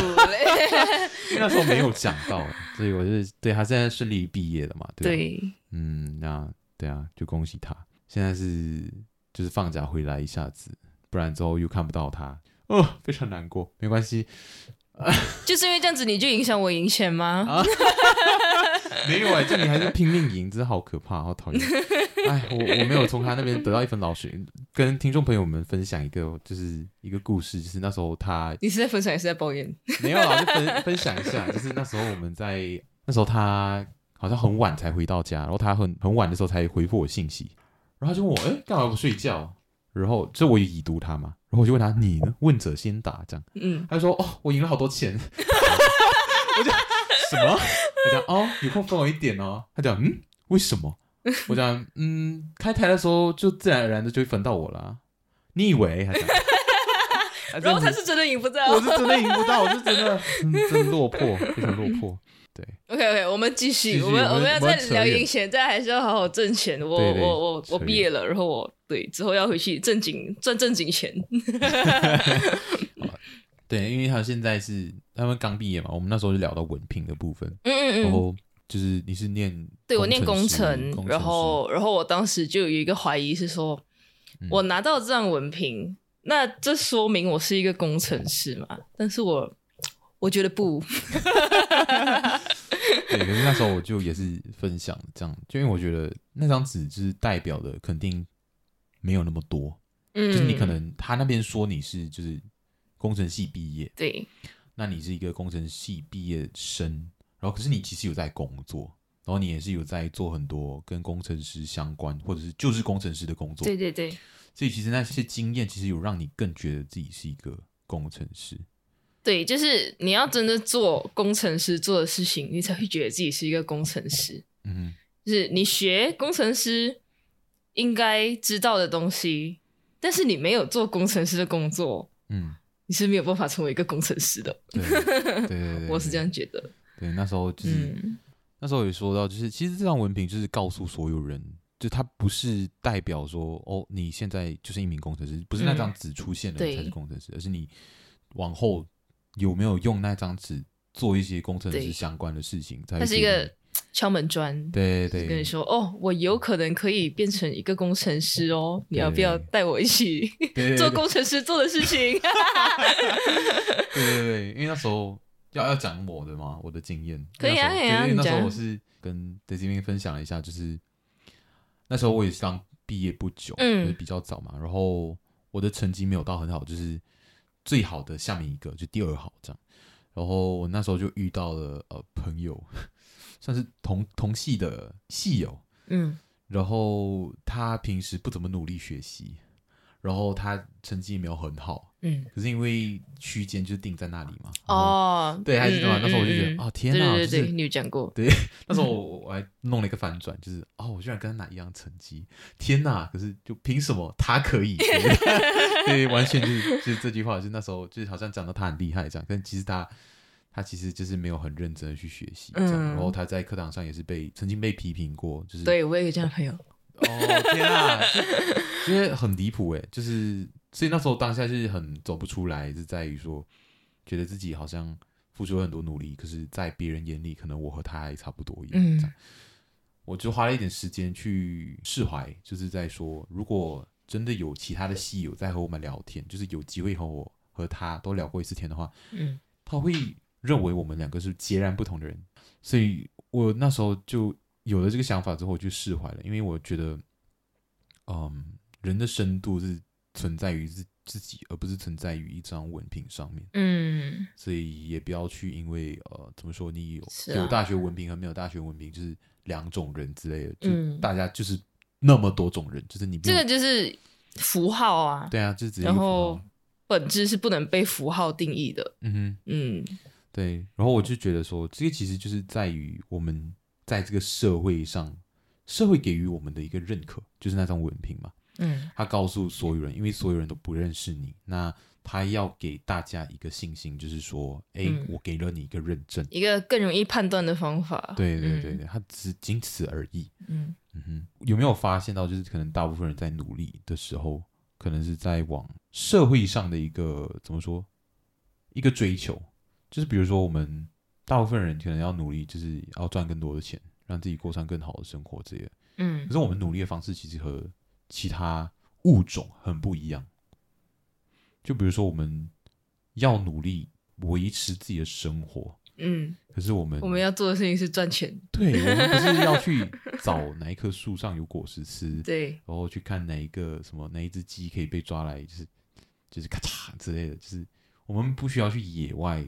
Speaker 1: 为那时候没有讲到， 所以我就是对他现在顺利毕业了嘛，对吧，
Speaker 2: 对，
Speaker 1: 嗯，那对啊，就恭喜他，现在是就是放假回来一下子，不然之后又看不到他，哦，非常难过，没关系，
Speaker 2: 就是因为这样子，你就影响我赢钱
Speaker 1: 啊
Speaker 2: 吗？
Speaker 1: 没有哎、这你还是拼命赢，真是好可怕，好讨厌。哎，我我没有从他那边得到一份老学，跟听众朋友们分享一个就是一个故事，就是那时候他
Speaker 2: 你是在分享还是在抱怨？
Speaker 1: 没有啊啦，就分分享一下，就是那时候我们在那时候他好像很晚才回到家，然后他很很晚的时候才回复我信息，然后他就问我，哎、干嘛不睡觉？然后就我也已读他嘛，然后我就问他，你呢？问者先答，这样，
Speaker 2: 嗯，
Speaker 1: 他就说，哦，我赢了好多 钱，我就什么？我讲哦，有空分我一点哦。他讲嗯，为什么？我讲嗯，开台的时候就自然而然的就会分到我啦。你以为？他 讲，他啊这
Speaker 2: 然
Speaker 1: 样
Speaker 2: 后
Speaker 1: 子
Speaker 2: 他是真的赢不到。
Speaker 1: 我是 真的赢不到，我是真的，嗯、真落魄，非常落魄。对
Speaker 2: OK OK，我们继
Speaker 1: 继
Speaker 2: 续，
Speaker 1: 续
Speaker 2: 我们
Speaker 1: 我们
Speaker 2: 我们要
Speaker 1: 我们
Speaker 2: 再
Speaker 1: 要扯
Speaker 2: 聊
Speaker 1: 远
Speaker 2: 赢钱，但还是要好好挣钱。我
Speaker 1: 对对
Speaker 2: 我我
Speaker 1: 扯
Speaker 2: 我
Speaker 1: 远
Speaker 2: 毕业了，然后我对之后要回去正经赚正经钱。嗯
Speaker 1: 对，因为他现在是他们刚毕业嘛，我们那时候就聊到文凭的部分，
Speaker 2: 嗯嗯
Speaker 1: 然
Speaker 2: 嗯，
Speaker 1: 后就是你是念
Speaker 2: 对我念工
Speaker 1: 工师
Speaker 2: 程，
Speaker 1: 工
Speaker 2: 然
Speaker 1: 师
Speaker 2: 后然后我当时就有一个怀疑是说，
Speaker 1: 嗯
Speaker 2: 我拿到这张文凭，那这说明我是一个工程师嘛？但是我我觉得不，
Speaker 1: 对，可是那时候我就也是分享这样，就因为我觉得那张纸就是代表的肯定没有那么多，
Speaker 2: 嗯，
Speaker 1: 就是你可能他那边说你是就是工程系毕业，
Speaker 2: 对，
Speaker 1: 那你是一个工程系毕业生，然后可是你其实有在工作，然后你也是有在做很多跟工程师相关，或者是就是工程师的工作，
Speaker 2: 对对对，
Speaker 1: 所以其实那些经验其实有让你更觉得自己是一个工程师。
Speaker 2: 对，就是你要真的做工程师做的事情，你才会觉得自己是一个工程师。
Speaker 1: 嗯
Speaker 2: 就是你学工程师应该知道的东西，但是你没有做工程师的工作，
Speaker 1: 嗯，
Speaker 2: 你是没有办法成为一个工程师的。
Speaker 1: 对对对对，
Speaker 2: 我是
Speaker 1: 对。
Speaker 2: 这样觉得。
Speaker 1: 对，那时候就是、
Speaker 2: 嗯
Speaker 1: 那时候也说到，就是其实这张文凭就是告诉所有人，就它不是代表说哦，你现在就是一名工程师，不是那张纸出现了
Speaker 2: 嗯对
Speaker 1: 才是工程师，而是你往后有没有用那张纸做一些工程师
Speaker 2: 对
Speaker 1: 相关的事情，才
Speaker 2: 它
Speaker 1: 会
Speaker 2: 是一
Speaker 1: 决定
Speaker 2: 个敲门砖，
Speaker 1: 对
Speaker 2: 就是跟你
Speaker 1: 对
Speaker 2: 说哦，我有可能可以变成一个工程师哦，你要不要
Speaker 1: 对
Speaker 2: 带我一起
Speaker 1: 对
Speaker 2: 做
Speaker 1: 对
Speaker 2: 工程师做的事情？
Speaker 1: 对对对，因为那时候要要讲我的嘛，我的经验。
Speaker 2: 可以啊
Speaker 1: 那时候
Speaker 2: 可以啊
Speaker 1: 对因为那时候
Speaker 2: 你讲
Speaker 1: 我是跟 Daisy Ming 分享了一下，就是那时候我也是刚毕业不久，
Speaker 2: 嗯
Speaker 1: 就是比较早嘛。然后我的成绩没有到很好，就是最好的下面一个，就第二好这样。然后我那时候就遇到了呃朋友， 算是同同系的系友，
Speaker 2: 嗯，
Speaker 1: 然后他平时不怎么努力学习，然后他成绩也没有很好，
Speaker 2: 嗯，
Speaker 1: 可是因为区间就定在那里嘛。
Speaker 2: 哦，
Speaker 1: 对，还记得吗？
Speaker 2: 嗯
Speaker 1: 那时候我就觉
Speaker 2: 嗯嗯
Speaker 1: 得，
Speaker 2: 嗯
Speaker 1: 啊，天
Speaker 2: 对
Speaker 1: 哪！
Speaker 2: 对对
Speaker 1: 就是
Speaker 2: 对，你有讲过，
Speaker 1: 那时候我我还弄了一个反转，就是哦，我居然跟他拿一样成绩，天哪！可是就凭什么他可 以？对，完全就是就是这句话，就是那时候就是好像讲到他很厉害这样，但其实他他其实就是没有很认真的去学习这样，
Speaker 2: 嗯
Speaker 1: 然后他在课堂上也是被曾经被批评过，就是
Speaker 2: 对我也有这样的朋友，
Speaker 1: 哦天啊， 就因为很离谱哎，就是所以那时候当下是很走不出来，是在于说觉得自己好像付出了很多努力，可是在别人眼里，可能我和他还差不多一样。
Speaker 2: 嗯
Speaker 1: 这样我就花了一点时间去释怀，就是在说，如果真的有其他的戏友在和我们聊天，就是有机会和我和他都聊过一次天的话，
Speaker 2: 嗯
Speaker 1: 他会认为我们两个是截然不同的人，所以我那时候就有了这个想法之后，我就释怀了，因为我觉得，嗯，人的深度是存在于自自己，而不是存在于一张文凭上面，
Speaker 2: 嗯，
Speaker 1: 所以也不要去因为呃，怎么说，你有、
Speaker 2: 是啊
Speaker 1: 有大学文凭和没有大学文凭就是两种人之类的，
Speaker 2: 嗯
Speaker 1: 就大家就是那么多种人，就是你不
Speaker 2: 这
Speaker 1: 用
Speaker 2: 个就是符号啊，
Speaker 1: 对啊，就是直接
Speaker 2: 然
Speaker 1: 一个符
Speaker 2: 后
Speaker 1: 号
Speaker 2: 本质是不能被符号定义的，
Speaker 1: 嗯哼。
Speaker 2: 嗯
Speaker 1: 对，然后我就觉得说，这个其实就是在于我们在这个社会上，社会给予我们的一个认可，就是那张文凭嘛。
Speaker 2: 嗯
Speaker 1: 他告诉所有人，因为所有人都不认识你，那他要给大家一个信心，就是说，哎，
Speaker 2: 嗯
Speaker 1: 我给了你一个认证。
Speaker 2: 一个更容易判断的方法，
Speaker 1: 对对对对，他只仅此而已。
Speaker 2: 嗯，
Speaker 1: 嗯哼，有没有发现到，就是可能大部分人在努力的时候，可能是在往社会上的一个怎么说，一个追求，就是比如说我们大部分人可能要努力，就是要赚更多的钱，让自己过上更好的生活这些。
Speaker 2: 嗯
Speaker 1: 可是我们努力的方式其实和其他物种很不一样。就比如说我们要努力维持自己的生活，
Speaker 2: 嗯，
Speaker 1: 可是我们
Speaker 2: 我们要做的事情是赚钱，
Speaker 1: 对我们不是要去找哪一棵树上有果实吃，
Speaker 2: 对，
Speaker 1: 然后去看哪一个什么哪一只鸡可以被抓来，就是就是咔嚓之类的，就是我们不需要去野外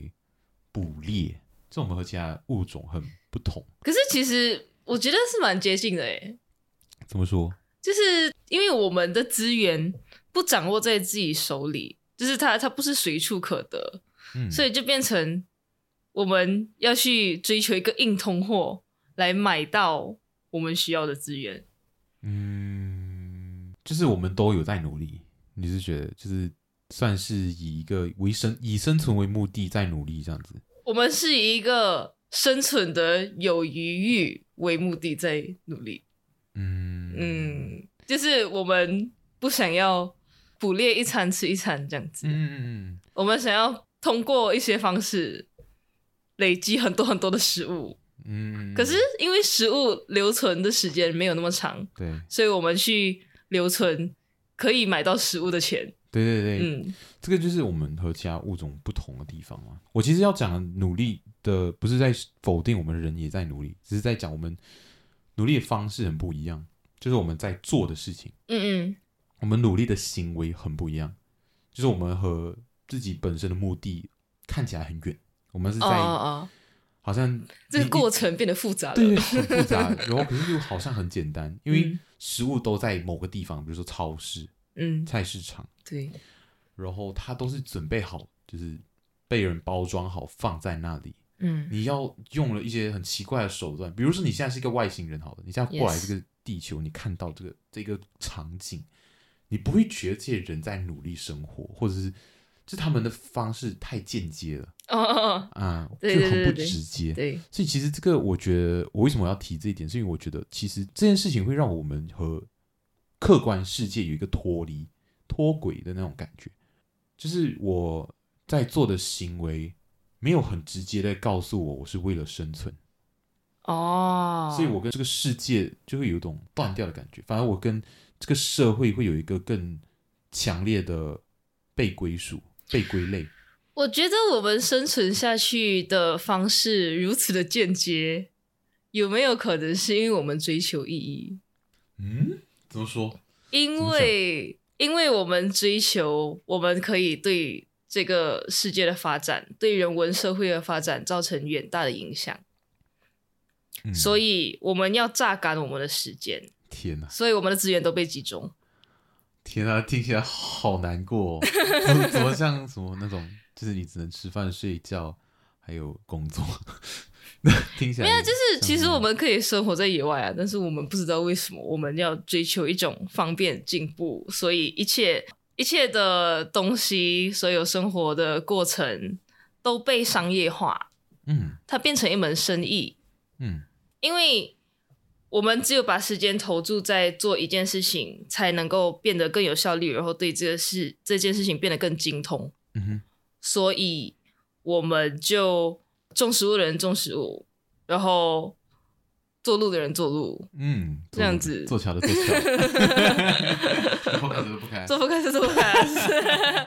Speaker 1: 捕猎，这我们和其他物种很不同。
Speaker 2: 可是其实我觉得是蛮接近的诶，
Speaker 1: 怎么说？
Speaker 2: 就是因为我们的资源不掌握在自己手里，就是它它不是随处可得，
Speaker 1: 嗯，
Speaker 2: 所以就变成我们要去追求一个硬通货来买到我们需要的资源。
Speaker 1: 嗯，就是我们都有在努力。你是觉得就是算是以一个为生以生存为目的在努力这样子？
Speaker 2: 我们是以一个生存的有余裕为目的在努力。
Speaker 1: 嗯
Speaker 2: 嗯，就是我们不想要捕猎一餐吃一餐这样
Speaker 1: 嗯
Speaker 2: 子，
Speaker 1: 嗯嗯，
Speaker 2: 我们想要通过一些方式累积很多很多的食物。
Speaker 1: 嗯，嗯
Speaker 2: 可是因为食物留存的时间没有那么长，
Speaker 1: 对
Speaker 2: 所以我们去留存可以买到食物的钱。
Speaker 1: 对对对，
Speaker 2: 嗯
Speaker 1: 这个就是我们和其他物种不同的地方嘛。我其实要讲的努力的，不是在否定我们人也在努力，只是在讲我们努力的方式很不一样，就是我们在做的事情，
Speaker 2: 嗯
Speaker 1: 我们努力的行为很不一样，就是我们和自己本身的目的看起来很远，我们是
Speaker 2: 嗯，
Speaker 1: 在
Speaker 2: 哦哦哦，
Speaker 1: 好像
Speaker 2: 这
Speaker 1: 你
Speaker 2: 个
Speaker 1: 你
Speaker 2: 过程变得复杂 了。
Speaker 1: 对对，很复杂，然后可是又好像很简单，因为
Speaker 2: 嗯
Speaker 1: 食物都在某个地方，比如说超市、
Speaker 2: 嗯，
Speaker 1: 菜市场。
Speaker 2: 对，
Speaker 1: 然后它都是准备好，就是被人包装好放在那里。
Speaker 2: 嗯
Speaker 1: 你要用了一些很奇怪的手段，比如说你现在是一个外星人，好了，你现在过来
Speaker 2: Yes
Speaker 1: 这个地球你看到这个这个场景，你不会觉得这些人在努力生活，或者是就他们的方式太间接了
Speaker 2: 哦哦哦，
Speaker 1: 啊，
Speaker 2: 对
Speaker 1: 就
Speaker 2: 对
Speaker 1: 很不
Speaker 2: 对对
Speaker 1: 直接。
Speaker 2: 对，
Speaker 1: 所以其实这个，我觉得我为什么要提这一点，是因为我觉得其实这件事情会让我们和客观世界有一个脱离、脱轨的那种感觉。就是我在做的行为没有很直接的告诉我我是为了生存，
Speaker 2: 哦，
Speaker 1: 所以我跟这个世界就会有一种断掉的感觉。反而我跟这个社会会有一个更强烈的被归属、被归类。
Speaker 2: 我觉得我们生存下去的方式如此的间接，有没有可能是因为我们追求意义？
Speaker 1: 嗯，怎么说？
Speaker 2: 因
Speaker 1: 么
Speaker 2: 为因为我们追求，我们可以对这个世界的发展、对人文社会的发展造成远大的影响，
Speaker 1: 嗯、
Speaker 2: 所以我们要榨干我们的时间，
Speaker 1: 天哪，
Speaker 2: 所以我们的资源都被集中。
Speaker 1: 天啊，听起来好难过、哦， 怎么怎么像什么那种，就是你只能吃饭、睡觉，还有工作， 听起来
Speaker 2: 没有，啊就是
Speaker 1: 像
Speaker 2: 其实
Speaker 1: 那
Speaker 2: 我
Speaker 1: 种
Speaker 2: 们可以生活在野外啊，但是我们不知道为什么我们要追求一种方便进步，所以一切一切的东西，所有生活的过程都被商业化，
Speaker 1: 嗯
Speaker 2: 它变成一门生意，
Speaker 1: 嗯
Speaker 2: 因为我们只有把时间投注在做一件事情，才能够变得更有效率，然后对这个事这件事情变得更精通。
Speaker 1: 嗯哼
Speaker 2: 所以我们就种食物的人种食物，然后做路的人做路，
Speaker 1: 嗯，
Speaker 2: 这样子
Speaker 1: 做桥的做桥， 不开就不开，
Speaker 2: 做 focus 做啊 focus。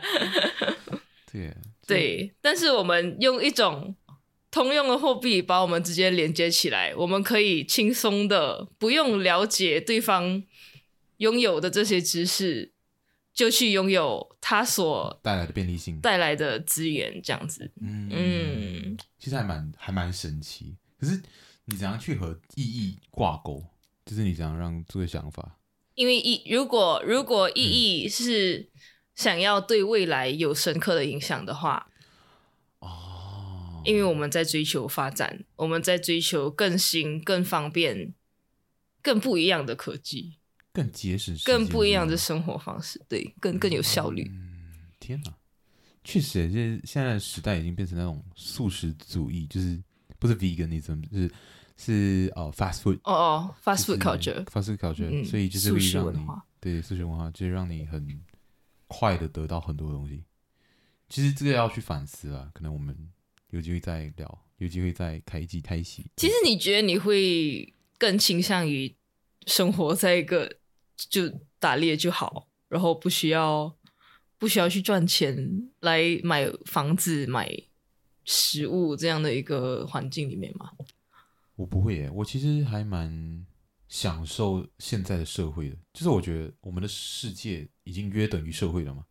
Speaker 1: 对耶，
Speaker 2: 对，但是我们用一种通用的货币把我们直接连接起来，我们可以轻松的不用了解对方拥有的这些知识，就去拥有他所
Speaker 1: 带来的便利性，
Speaker 2: 带来的资源，这样子。
Speaker 1: 嗯
Speaker 2: 嗯，
Speaker 1: 其实还蛮还蛮神奇。可是你怎样去和意义挂钩？就是你怎样让这个想法？
Speaker 2: 因为意如果如果意义是想要对未来有深刻的影响的话，
Speaker 1: 哦，
Speaker 2: 因为我们在追求发展，我们在追求更新、更方便、更不一样的科技，
Speaker 1: 更结实，
Speaker 2: 更不一样的生活方式，对，更更有效率。
Speaker 1: 嗯，天哪，确实耶，现现在的时代已经变成那种素食主义，就是不是 veganism，就是是呃 fast food
Speaker 2: 哦哦，fast
Speaker 1: 就是
Speaker 2: food culture，
Speaker 1: fast food culture，、
Speaker 2: 嗯
Speaker 1: 所以就是
Speaker 2: 素
Speaker 1: 会
Speaker 2: 食
Speaker 1: 让
Speaker 2: 文
Speaker 1: 你
Speaker 2: 化
Speaker 1: 对素食文化，就是让你很快的得到很多东西。其实这个要去反思啊，可能我们有机会再聊，有机会再开一集开启。
Speaker 2: 其实你觉得你会更倾向于生活在一个就打猎就好，然后不需要不需要去赚钱来买房子、买食物这样的一个环境里面吗？
Speaker 1: 我不会耶，我其实还蛮享受现在的社会的，就是我觉得我们的世界已经约等于社会了嘛，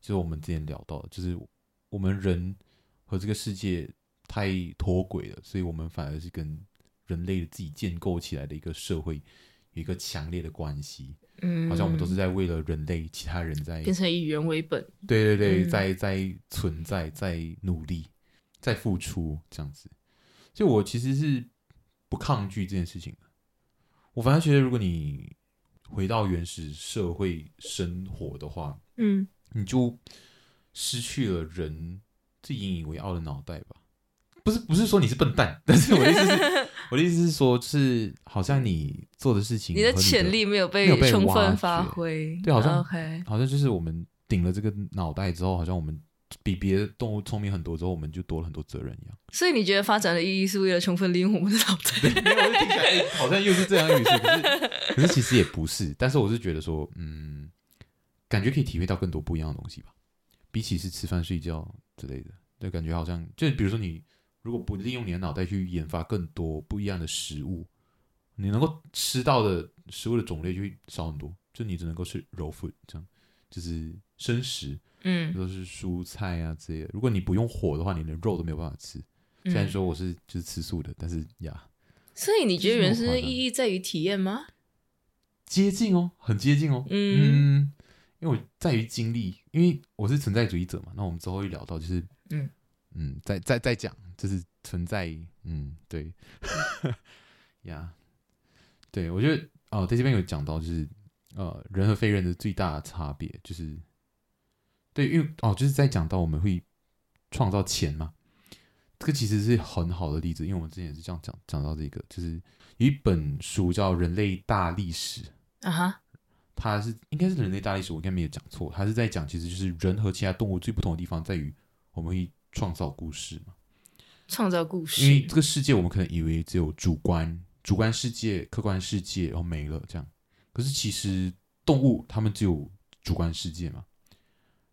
Speaker 1: 就是我们之前聊到的，就是我们人和这个世界太脱轨了，所以我们反而是跟人类自己建构起来的一个社会有一个强烈的关系，
Speaker 2: 嗯
Speaker 1: 好像我们都是在为了人类其他人在
Speaker 2: 变成以人为本。
Speaker 1: 对对对，
Speaker 2: 嗯
Speaker 1: 在在存在，在努力，在付出这样子。所以我其实是不抗拒这件事情的。我反而觉得，如果你回到原始社会生活的话，
Speaker 2: 嗯，
Speaker 1: 你就失去了人最引以为傲的脑袋吧。不是不是说你是笨蛋， 但是我的意思 是，我的意思是说，就是好像你做的事情，
Speaker 2: 你的潜力没有被
Speaker 1: 没有被
Speaker 2: 充
Speaker 1: 挖
Speaker 2: 分
Speaker 1: 掘
Speaker 2: 发挥。
Speaker 1: 对好像
Speaker 2: OK。
Speaker 1: 好像就是我们顶了这个脑袋之后，好像我们比别的动物聪明很多之后，我们就多了很多责任一样。
Speaker 2: 所以你觉得发展的意义是为了充分利用我们的脑袋？
Speaker 1: 没有，我就听起来、哎好像又是这样的语气，可 是可是其实也不是。但是我是觉得说，嗯，感觉可以体会到更多不一样的东西吧。比起是吃饭睡觉之类的，就感觉好像就比如说你如果不利用你的脑袋去研发更多不一样的食物，你能够吃到的食物的种类就会少很多。就你只能够吃 raw food 这样，就是生食。
Speaker 2: 嗯，
Speaker 1: 都是蔬菜啊之类的。如果你不用火的话，你连肉都没有办法吃。
Speaker 2: 嗯
Speaker 1: 虽然说我是就是吃素的，但是呀，
Speaker 2: 所以你觉得人生
Speaker 1: 这是
Speaker 2: 的
Speaker 1: 我夸张
Speaker 2: 意义在于体验吗？
Speaker 1: 接近哦，很接近哦。
Speaker 2: 嗯
Speaker 1: 嗯，因为我在于经历，因为我是存在主义者嘛。那我们之后会聊到，就是
Speaker 2: 嗯
Speaker 1: 嗯，再再再讲，就是存在，嗯， 对，呀、对我觉得哦，在这边有讲到，就是呃，人和非人的最大的差别就是，对，因为哦，就是在讲到我们会创造钱嘛，这个其实是很好的例子，因为我们之前也是这样讲讲到这个，就是有一本书叫《人类大历史》，
Speaker 2: 啊哈，
Speaker 1: 它是应该是人类大历史，我应该没有讲错，它是在讲其实就是人和其他动物最不同的地方在于我们会创造故事嘛。
Speaker 2: 创造故
Speaker 1: 因为
Speaker 2: 事
Speaker 1: 这。个世界我们可能以为只有主观、主观世界、客观世界，然后没了这样。可是其实动物它们只有主观世界嘛，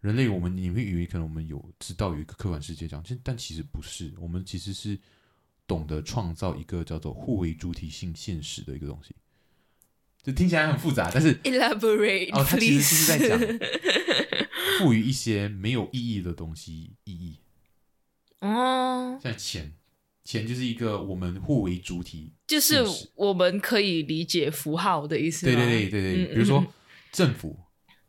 Speaker 1: 人类我们你会以为可能我们有知道有一个客观世界这样，其但其实不是，我们其实是懂得创造一个叫做互为主体性现实的一个东西。就听起来很复杂，但是
Speaker 2: Elaborate,
Speaker 1: 哦，他其
Speaker 2: please。
Speaker 1: 实就是在讲赋予一些没有意义的东西意义。
Speaker 2: 哦，
Speaker 1: 像钱，钱就是一个我们互为主体
Speaker 2: 就是
Speaker 1: 现实
Speaker 2: 我们可以理解符号的意思吗。
Speaker 1: 对对对对对，
Speaker 2: 嗯
Speaker 1: 比如说
Speaker 2: 嗯
Speaker 1: 政府，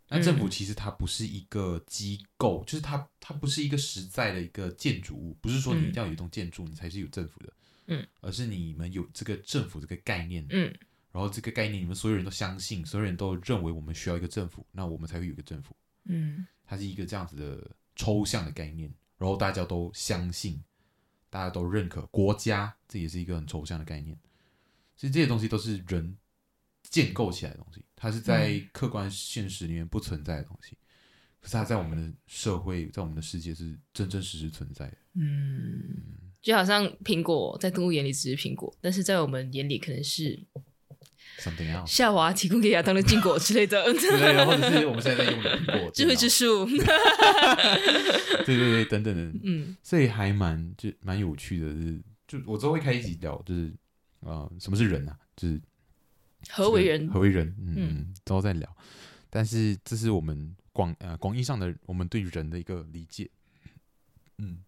Speaker 1: 那政府其实它不是一个机构，就是它它不是一个实在的一个建筑物，不是说你
Speaker 2: 嗯
Speaker 1: 一定要有一栋建筑你才是有政府的，
Speaker 2: 嗯，
Speaker 1: 而是你们有这个政府这个概念，
Speaker 2: 嗯，
Speaker 1: 然后这个概念你们所有人都相信，所有人都认为我们需要一个政府，那我们才会有一个政府，
Speaker 2: 嗯
Speaker 1: 它是一个这样子的抽象的概念，然后大家都相信，大家都认可，国家这也是一个很抽象的概念，所以这些东西都是人建构起来的东西，它是在
Speaker 2: 嗯
Speaker 1: 客观现实里面不存在的东西，可是它在我们的社会，在我们的世界是真真实实存在的。
Speaker 2: 嗯，就好像苹果在动物眼里只是苹果，但是在我们眼里可能是
Speaker 1: Something else
Speaker 2: 夏娃提供给亚当的禁果之类的
Speaker 1: 之类的，或者是我们现在在用的苹果
Speaker 2: 智慧之
Speaker 1: 树，
Speaker 2: 树。
Speaker 1: 对对对，等等等等，
Speaker 2: 嗯
Speaker 1: 所以还蛮就蛮有趣的，就是就我之后会开一集聊，就是呃，什么是人啊，就是。
Speaker 2: 何为人？
Speaker 1: 何为人？嗯
Speaker 2: 嗯
Speaker 1: 嗯，之后再聊。但是这是我们广呃广义上的我们对人的一个理解。嗯，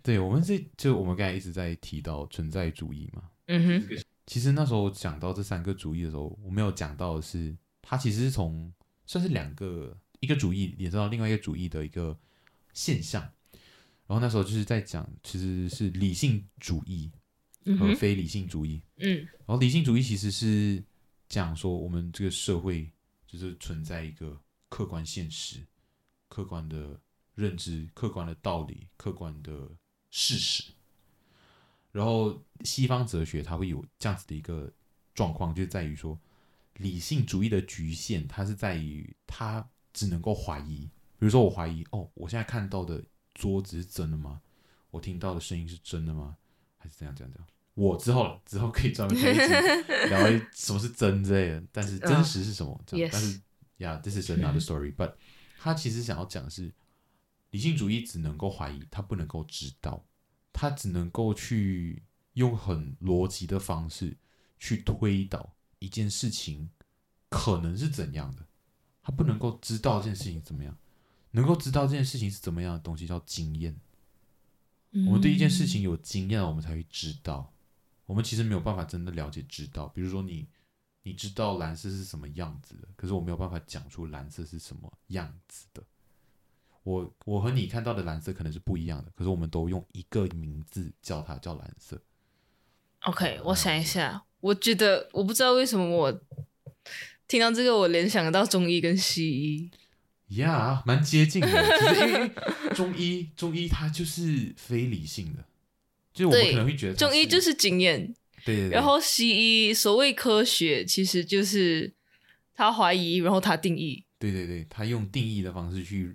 Speaker 1: 对，我们这就我们刚才一直在提到存在主义嘛。
Speaker 2: 嗯哼，
Speaker 1: 其实那时候讲到这三个主义的时候，我没有讲到的是，它其实是从算是两个一个主义衍生到另外一个主义的一个现象。然后那时候就是在讲，其实是理性主义
Speaker 2: 嗯
Speaker 1: 和
Speaker 2: 哼，
Speaker 1: 非理性主义。
Speaker 2: 嗯
Speaker 1: 然后理性主义其实是讲说，我们这个社会就是存在一个客观现实、客观的认知、客观的道理、客观的事实。然后西方哲学它会有这样子的一个状况，就在于说，理性主义的局限，它是在于它只能够怀疑。比如说，我怀疑哦，我现在看到的桌子是真的吗？我听到的声音是真的吗？还是怎样怎样怎样？我之后了之后可以专门开一集聊一什么是真之类的，但是真实是什么？这样
Speaker 2: yes
Speaker 1: 但是呀、yeah,，this is another story，but 他其实想要讲的是，理性主义只能够怀疑，他不能够知道，他只能够去用很逻辑的方式去推导一件事情可能是怎样的，他不能够知道这件事情怎么样，能够知道这件事情是怎么样的东西叫经验。我们对一件
Speaker 2: 嗯
Speaker 1: 事情有经验了，我们才会知道。我们其实没有办法真的了解知道。比如说你，你知道蓝色是什么样子的，可是我没有办法讲出蓝色是什么样子的。我我和你看到的蓝色可能是不一样的，可是我们都用一个名字叫它叫蓝色。
Speaker 2: OK，我
Speaker 1: 嗯
Speaker 2: 想一下，我觉得我不知道为什么我听到这个，我联想到中医跟西医。
Speaker 1: 呀、yeah,，蛮接近的。其实因为因 为中医，中医它就是非理性的，就是我们
Speaker 2: 对
Speaker 1: 可能会觉得它
Speaker 2: 中医就是经验，
Speaker 1: 对对对，
Speaker 2: 然后西医所谓科学其实就是他怀疑，然后他定义。
Speaker 1: 对对对，他用定义的方式去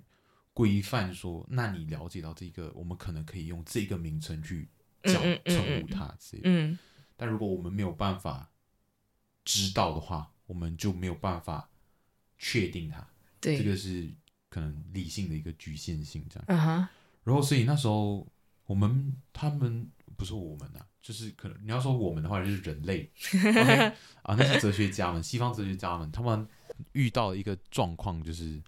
Speaker 1: 规范说，那你了解到这个，我们可能可以用这个名称去叫
Speaker 2: 嗯嗯嗯
Speaker 1: 称
Speaker 2: 嗯
Speaker 1: 呼它之类的。
Speaker 2: 嗯
Speaker 1: 但如果我们没有办法知道的话，我们就没有办法确定它。
Speaker 2: 对，
Speaker 1: 这个是可能理性的一个局限性这样。
Speaker 2: 嗯哼，
Speaker 1: 然后，所以那时候我们他们不是我们啊，就是可能你要说我们的话，就是人类 OK，啊，那些哲学家们，西方哲学家们，他们遇到一个状况，就是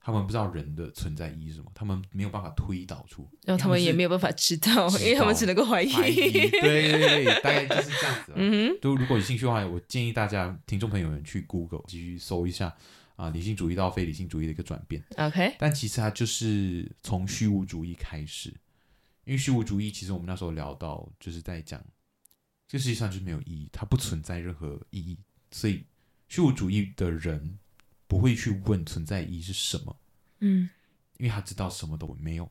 Speaker 1: 他们不知道人的存在意义是什么，他们没有办法推导出，
Speaker 2: 然后他们也没
Speaker 1: 有
Speaker 2: 有办法知道，
Speaker 1: 知道
Speaker 2: 因为他们只能够怀
Speaker 1: 怀疑，对
Speaker 2: 疑。
Speaker 1: 对对， 大概就是这样子、啊。
Speaker 2: 嗯
Speaker 1: 就如果有兴趣的话，我建议大家听众朋友们去 Google 继续搜一下啊、理性主义到非理性主义的一个转变。
Speaker 2: 哼，OK，
Speaker 1: 但其实它就是从虚无主义开始，因为虚无主义其实我们那时候聊到，就是在讲这世界上就是没有意义，它不存在任何意义，所以虚无主义的人不会去问存在意义是什么，
Speaker 2: 嗯
Speaker 1: 因为他知道什么都没有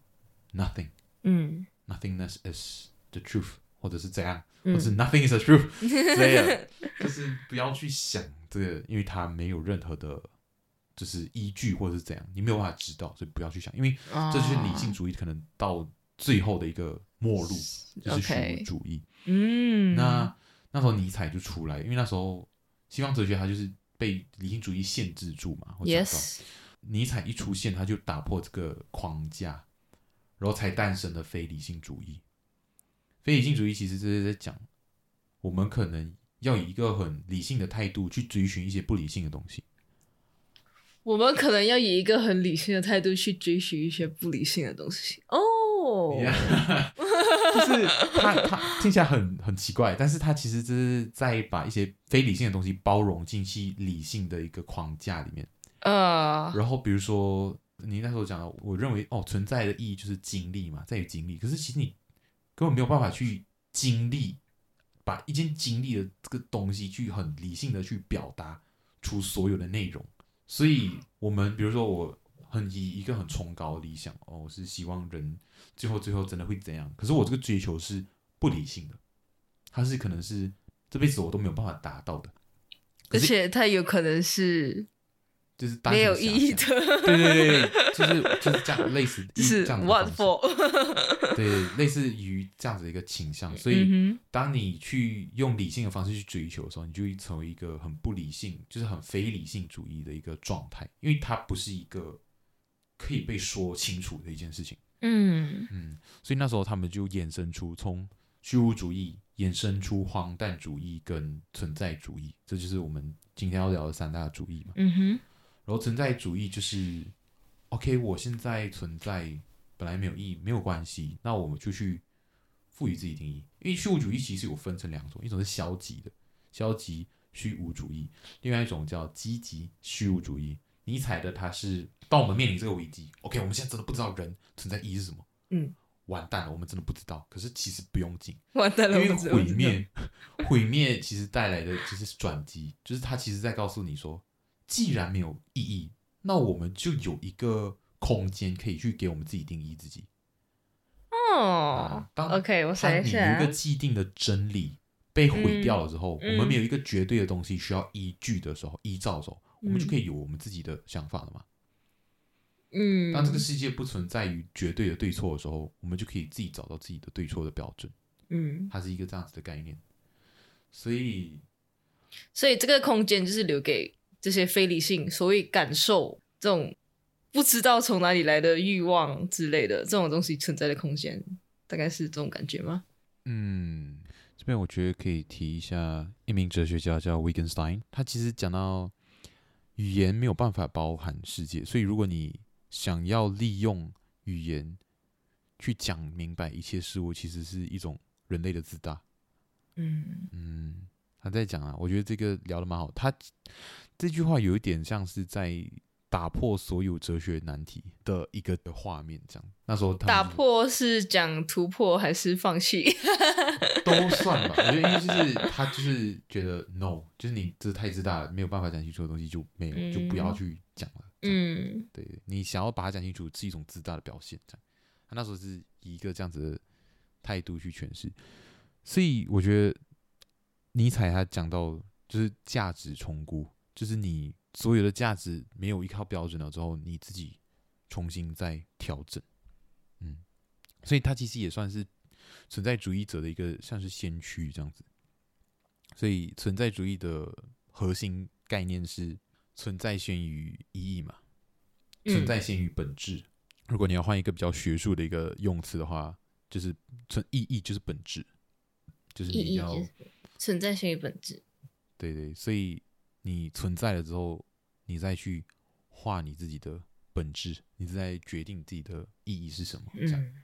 Speaker 1: ，nothing。
Speaker 2: 嗯
Speaker 1: nothingness is the truth，或者是怎样，
Speaker 2: 嗯
Speaker 1: 或者是 nothing is the truth 之类的，就是不要去想这个，因为它没有任何的，就是依据或者是怎样，你没有办法知道，所以不要去想，因为
Speaker 2: 哦
Speaker 1: 这就是理性主义可能到最后的一个末路，就是虚
Speaker 2: OK
Speaker 1: 无主义。
Speaker 2: 嗯，
Speaker 1: 那那时候尼采就出来，因为那时候西方哲学它就是被理性主义限制住嘛，我讲到。
Speaker 2: yes，
Speaker 1: 尼采一出现，他就打破这个框架，然后才诞生了非理性主义。非理性主义其实就是在讲，我们可能要以一个很理性的态度去追寻一些不理性的东西。
Speaker 2: 我们可能要以一个很理性的态度去追寻一些不理性的东西。哦，
Speaker 1: 就是他他听起来很很奇怪，但是他其实就是在把一些非理性的东西包容进去理性的一个框架里面。
Speaker 2: 呃，
Speaker 1: 然后比如说你那时候讲的，我认为哦，存在的意义就是经历嘛，在于经历。可是其实你根本没有办法去经历，把一件经历的这个东西去很理性的去表达出所有的内容。所以我们比如说我很以一个很崇高的理想，哦，我是希望人最后最后真的会怎样。可是我这个追求是不理性的，它是可能是这辈子我都没有办法达到的，可
Speaker 2: 而
Speaker 1: 是
Speaker 2: 且它有可能是
Speaker 1: 就是单纯
Speaker 2: 没有
Speaker 1: 遐
Speaker 2: 意义
Speaker 1: 想
Speaker 2: 的，
Speaker 1: 对对对，对，就是就是这样，类 似
Speaker 2: 就是
Speaker 1: 这样的
Speaker 2: what
Speaker 1: 方
Speaker 2: for？
Speaker 1: 式对，类似于这样子的一个倾向。所以，
Speaker 2: 嗯
Speaker 1: 当你去用理性的方式去追求的时候，你就会成为一个很不理性，就是很非理性主义的一个状态，因为它不是一个可以被说清楚的一件事情。
Speaker 2: 哼，嗯
Speaker 1: 嗯，所以那时候他们就衍生出从虚无主义衍生出荒诞主义跟存在主义，这就是我们今天要聊的三大主义嘛。
Speaker 2: 嗯哼，
Speaker 1: 然后存在主义就是，OK，我现在存在本来没有意义，没有关系，那我们就去赋予自己定义。因为虚无主义其实有分成两种，一种是消极的，消极虚无主义；，另外一种叫积极虚无主义。尼采的他是，当我们面临这个危机，OK，我们现在真的不知道人存在意义是什么，
Speaker 2: 嗯，
Speaker 1: 完蛋了，我们真的不知道。可是其实不用紧，
Speaker 2: 完蛋了，
Speaker 1: 因为
Speaker 2: 我不知道
Speaker 1: 毁，灭，毁灭其实带来的就是转机，就是它其实在告诉你说，既然没有意义，那我们就有一个空间可以去给我们自己定义自己。
Speaker 2: 哦
Speaker 1: 啊，当
Speaker 2: OK，我
Speaker 1: 它
Speaker 2: 想一
Speaker 1: 你
Speaker 2: 下
Speaker 1: 有一
Speaker 2: 啊
Speaker 1: 个，既定的真理被毁掉了之后，
Speaker 2: 嗯
Speaker 1: 我们没有一个绝对的东西需要依据的时候，依照的时候，我们就可以有我们自己的想法了嘛。
Speaker 2: 嗯，
Speaker 1: 当这个世界不存在于绝对的对错的时候，我们就可以自己找到自己的对错的标准。
Speaker 2: 嗯，
Speaker 1: 它是一个这样子的概念，所以
Speaker 2: 所以这个空间就是留给这些非理性，所谓感受这种不知道从哪里来的欲望之类的这种东西存在的空间，大概是这种感觉吗？
Speaker 3: 嗯，这边我觉得可以提一下一名哲学家叫 Wittgenstein，
Speaker 1: 他其实讲到语言没有办法包含世界，所以如果你想要利用语言去讲明白一切事物，其实是一种人类的自大。
Speaker 2: 嗯
Speaker 1: 嗯，他在讲啊，我觉得这个聊得蛮好。他这句话有一点像是在打破所有哲学难题的一个画面，这样。那时候他们
Speaker 2: 打
Speaker 1: 就
Speaker 2: 破是讲突破还是放弃？
Speaker 1: 都算吧，我觉得因为就是他就是觉得 no，就是你这太自大了，没有办法讲清楚的东西就没有，就不要
Speaker 2: 嗯
Speaker 1: 去讲了。这样
Speaker 2: 嗯
Speaker 1: 对你想要把它讲清楚是一种自大的表现，这样。啊他那时候是以一个这样子的态度去诠释，所以我觉得尼采他讲到就是价值重估，就是你所有的价值没有依靠标准了之后，你自己重新再调整，嗯，所以他其实也算是存在主义者的一个像是先驱这样子，所以存在主义的核心概念是存在先于意义嘛，
Speaker 2: 嗯
Speaker 1: 存在先于本质。嗯如果你要换一个比较学术的一个用词的话，就是存意义就是本质，就是你
Speaker 2: 意
Speaker 1: 一定
Speaker 2: 义
Speaker 1: 要
Speaker 2: 就是存在性与本质。
Speaker 1: 对对，所以你存在了之后，你再去画你自己的本质，你再决定自己的意义是什么。这样，
Speaker 2: 嗯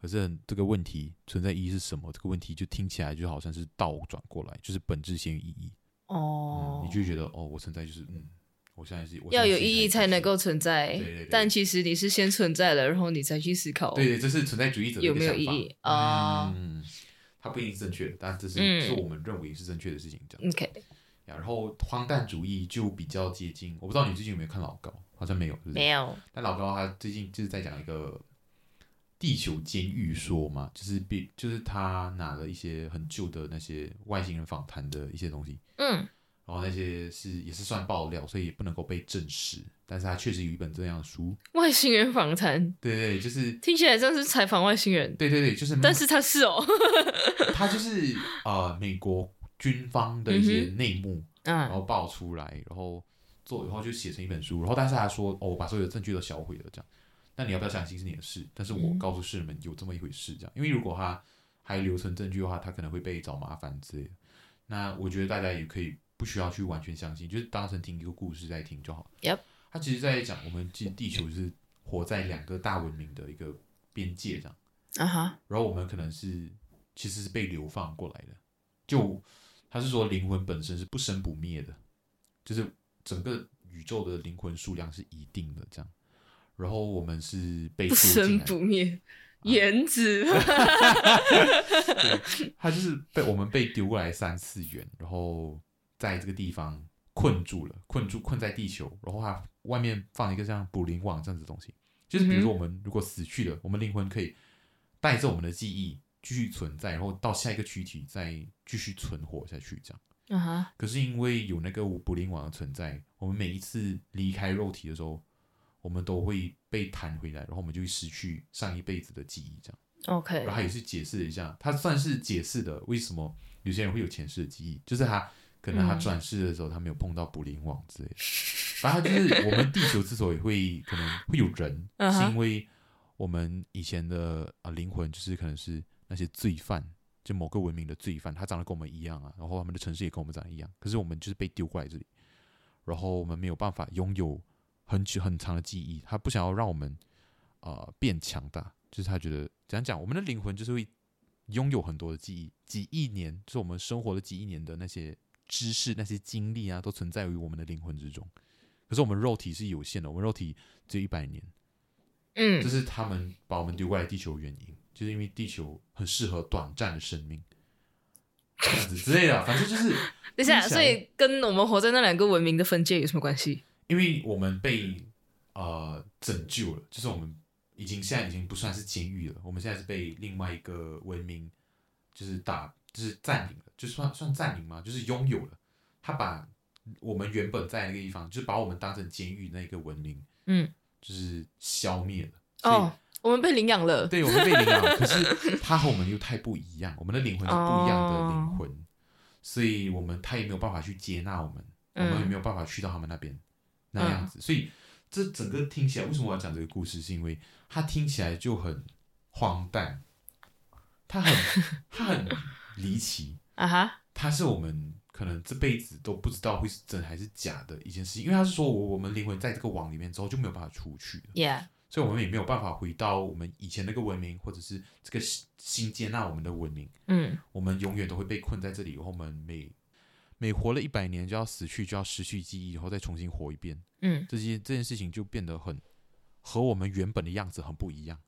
Speaker 1: 可是很这个问题存在意义是什么？这个问题就听起来就好像是倒转过来，就是本质先于意义。
Speaker 2: 哦
Speaker 1: 嗯，，你就觉得哦，我存在就是嗯，我现在是我现
Speaker 2: 要
Speaker 1: 在
Speaker 2: 有
Speaker 1: 是一
Speaker 2: 意义
Speaker 1: 台
Speaker 2: 才
Speaker 1: 机
Speaker 2: 能
Speaker 1: 器
Speaker 2: 够存在，
Speaker 1: 对对对
Speaker 2: 但其实你是先存在了，然后你才去思考。
Speaker 1: 对对，这是存在主义者的一
Speaker 2: 哦有
Speaker 1: 个
Speaker 2: 没有
Speaker 1: 想
Speaker 2: 意
Speaker 1: 法
Speaker 2: 义啊
Speaker 1: 嗯，它不一定是正确的，但这是、
Speaker 2: 嗯
Speaker 1: 是我们认为是正确的事情，这样。
Speaker 2: OK，
Speaker 1: 然后荒诞主义就比较接近，我不知道你最近有没有看老高，好像没有，是不是
Speaker 2: 没。有，
Speaker 1: 但老高他最近就是在讲一个地球监狱说嘛，就是比就是他拿了一些很旧的那些外星人访谈的一些东西，
Speaker 2: 嗯
Speaker 1: 然后那些是也是算爆料，所以也不能够被证实，但是他确实有一本这样的书，
Speaker 2: 外星人访谈
Speaker 1: 对对，对就是。
Speaker 2: 听起来像是采访外星人，
Speaker 1: 对对对，就是，
Speaker 2: 但是他 是哦，
Speaker 1: 他就是呃美国军方的一些
Speaker 2: 嗯
Speaker 1: 内幕，然
Speaker 2: 啊，
Speaker 1: 后爆出来，然后做以后就写成一本书，然后但是他说哦，我把所有的证据都销毁了，这样，那你要不要相信是你的事？但是我
Speaker 2: 嗯
Speaker 1: 告诉世人们有这么一回事，这样，因为如果他还留存证据的话，他可能会被找麻烦之类的。那我觉得大家也可以不需要去完全相信，就是当成听一个故事在听就好。
Speaker 2: Yep
Speaker 1: 他其实在讲我们其实地球是活在两个大文明的一个边界上。
Speaker 2: 啊哈，
Speaker 1: 然后我们可能是其实是被流放过来的。就他是说灵魂本身是不生不灭的，就是整个宇宙的灵魂数量是一定的这样，然后我们是被
Speaker 2: 不
Speaker 1: 塑进
Speaker 2: 生
Speaker 1: 来
Speaker 2: 不灭，原子
Speaker 1: 他就是被我们被丢过来三次元，然后在这个地方困住了，困住困在地球，然后它外面放一个像捕灵网这样子的东西，就是比如说我们如果死去了，我们灵魂可以带着我们的记忆继续存在，然后到下一个躯体再继续存活下去这样。
Speaker 2: 啊哈，
Speaker 1: 可是因为有那个捕灵网的存在，我们每一次离开肉体的时候，我们都会被弹回来，然后我们就会失去上一辈子的记忆这样。
Speaker 2: ，OK，
Speaker 1: 然后他也是解释了一下，他算是解释的为什么有些人会有前世的记忆，就是他可能他
Speaker 2: 嗯
Speaker 1: 转世的时候他没有碰到捕灵网之类的。反正他就是我们地球之所以会可能会有人，
Speaker 2: 嗯哼
Speaker 1: 是因为我们以前的啊、呃灵魂就是可能是那些罪犯，就某个文明的罪犯，他长得跟我们一样啊，然后他们的城市也跟我们长得一样，可是我们就是被丢过来这里，然后我们没有办法拥有很久很长的记忆，他不想要让我们呃变强大，就是他觉得怎样讲，我们的灵魂就是会拥有很多的记忆，几亿年，就是我们生活的几亿年的那些知识、那些经历啊，都存在于我们的灵魂之中。可是我们肉体是有限的，我们肉体只有一百年，这
Speaker 2: 嗯
Speaker 1: 是他们把我们丢过来地球的原因，就是因为地球很适合短暂的生命，这样子之类的啊，反正就是
Speaker 2: 等一下，
Speaker 1: 听起来
Speaker 2: 所以跟我们活在那两个文明的分界有什么关系？
Speaker 1: 因为我们被呃拯救了，就是我们已经现在已经不算是监狱了，我们现在是被另外一个文明就是打就是占领了，就算算占领吗？就是拥有了，他把我们原本在那个地方，就是把我们当成监狱那个文明，
Speaker 2: 嗯，
Speaker 1: 就是消灭了。所以
Speaker 2: 哦，我们被领养了，
Speaker 1: 对，我们被领养啊了，可是他和我们又太不一样，我们的灵魂是不一样的灵魂，所以我们他也没有办法去接纳我们，我们也没有办法去到他们那边那样子，所以这整个听起来，为什么我要讲这个故事，是因为它听起来就很荒诞，它很 它很离奇，
Speaker 2: 啊哈，
Speaker 1: 它是我们可能这辈子都不知道会是真还是假的一件事情，因为他是说我我们灵魂在这个网里面之后就没有办法出去了。
Speaker 2: ，Yeah，
Speaker 1: 所以我们也没有办法回到我们以前那个文明，或者是这个新新接纳我们的文明，
Speaker 2: 嗯
Speaker 1: 我们永远都会被困在这里。然后我们每每活了一百年就要死去，就要失去记忆，然后再重新活一遍。
Speaker 2: 嗯
Speaker 1: 这些这件事情就变得很和我们原本的样子很不一样。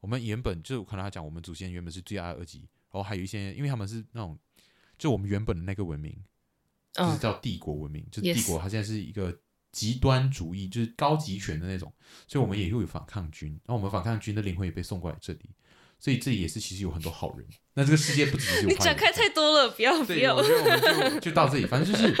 Speaker 1: 我们原本就可能他讲，我们祖先原本是罪恶二级，然后还有一些，因为他们是那种就我们原本的那个文明，就是
Speaker 2: 嗯
Speaker 1: 叫帝国文明，就是
Speaker 2: Yes
Speaker 1: 帝国，它现在是一个极端主义，就是高级权的那种，所以我们
Speaker 2: 嗯
Speaker 1: 也会有反抗军，然后我们反抗军的灵魂也被送过来这里，所以这里也是其实有很多好人。那这个世界不只是有
Speaker 2: 你
Speaker 1: 坏
Speaker 2: 展
Speaker 1: 人
Speaker 2: 开太多了，不要不
Speaker 1: 对，
Speaker 2: 要
Speaker 1: 我，觉得我们就就到这里，反正就是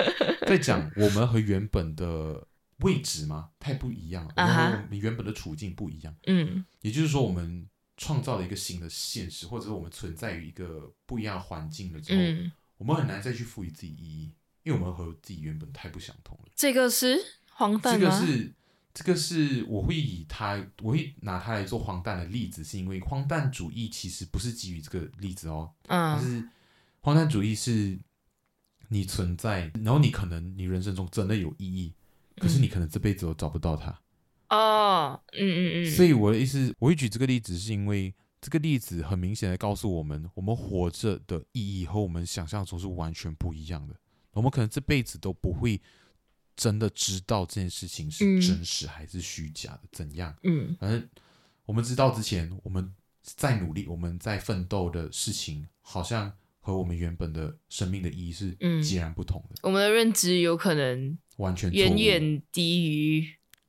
Speaker 1: 在讲我们和原本的位置嘛，太不一样了，我
Speaker 2: 啊
Speaker 1: 们
Speaker 2: 哈
Speaker 1: 和我们原本的处境不一样，
Speaker 2: 嗯
Speaker 1: 也就是说我们。创造了一个新的现实，或者是我们存在于一个不一样的环境了之后，
Speaker 2: 嗯，
Speaker 1: 我们很难再去赋予自己意义，因为我们和自己原本太不相同了。
Speaker 2: 这个是荒
Speaker 1: 这
Speaker 2: 诞
Speaker 1: 个
Speaker 2: 吗？
Speaker 1: 是这个是我会以它，我会拿它来做荒诞的例子，是因为荒诞主义其实不是基于这个例子哦，它
Speaker 2: 嗯
Speaker 1: 是荒诞主义是你存在，然后你可能你人生中真的有意义，可是你可能这辈子都找不到它。
Speaker 2: 哦，嗯嗯嗯，
Speaker 1: 所以我的意思，我会举这个例子，是因为这个例子很明显的告诉我们，我们活着的意义和我们想象中是完全不一样的。我们可能这辈子都不会真的知道这件事情是
Speaker 2: 嗯
Speaker 1: 真实还是虚假的，怎样。
Speaker 2: 嗯
Speaker 1: 反正我们知道之前，我们在努力、我们在奋斗的事情，好像和我们原本的生命的意义是
Speaker 2: 嗯
Speaker 1: 截然不同的，
Speaker 2: 我们的认知有可能
Speaker 1: 完全错误
Speaker 2: 远远低于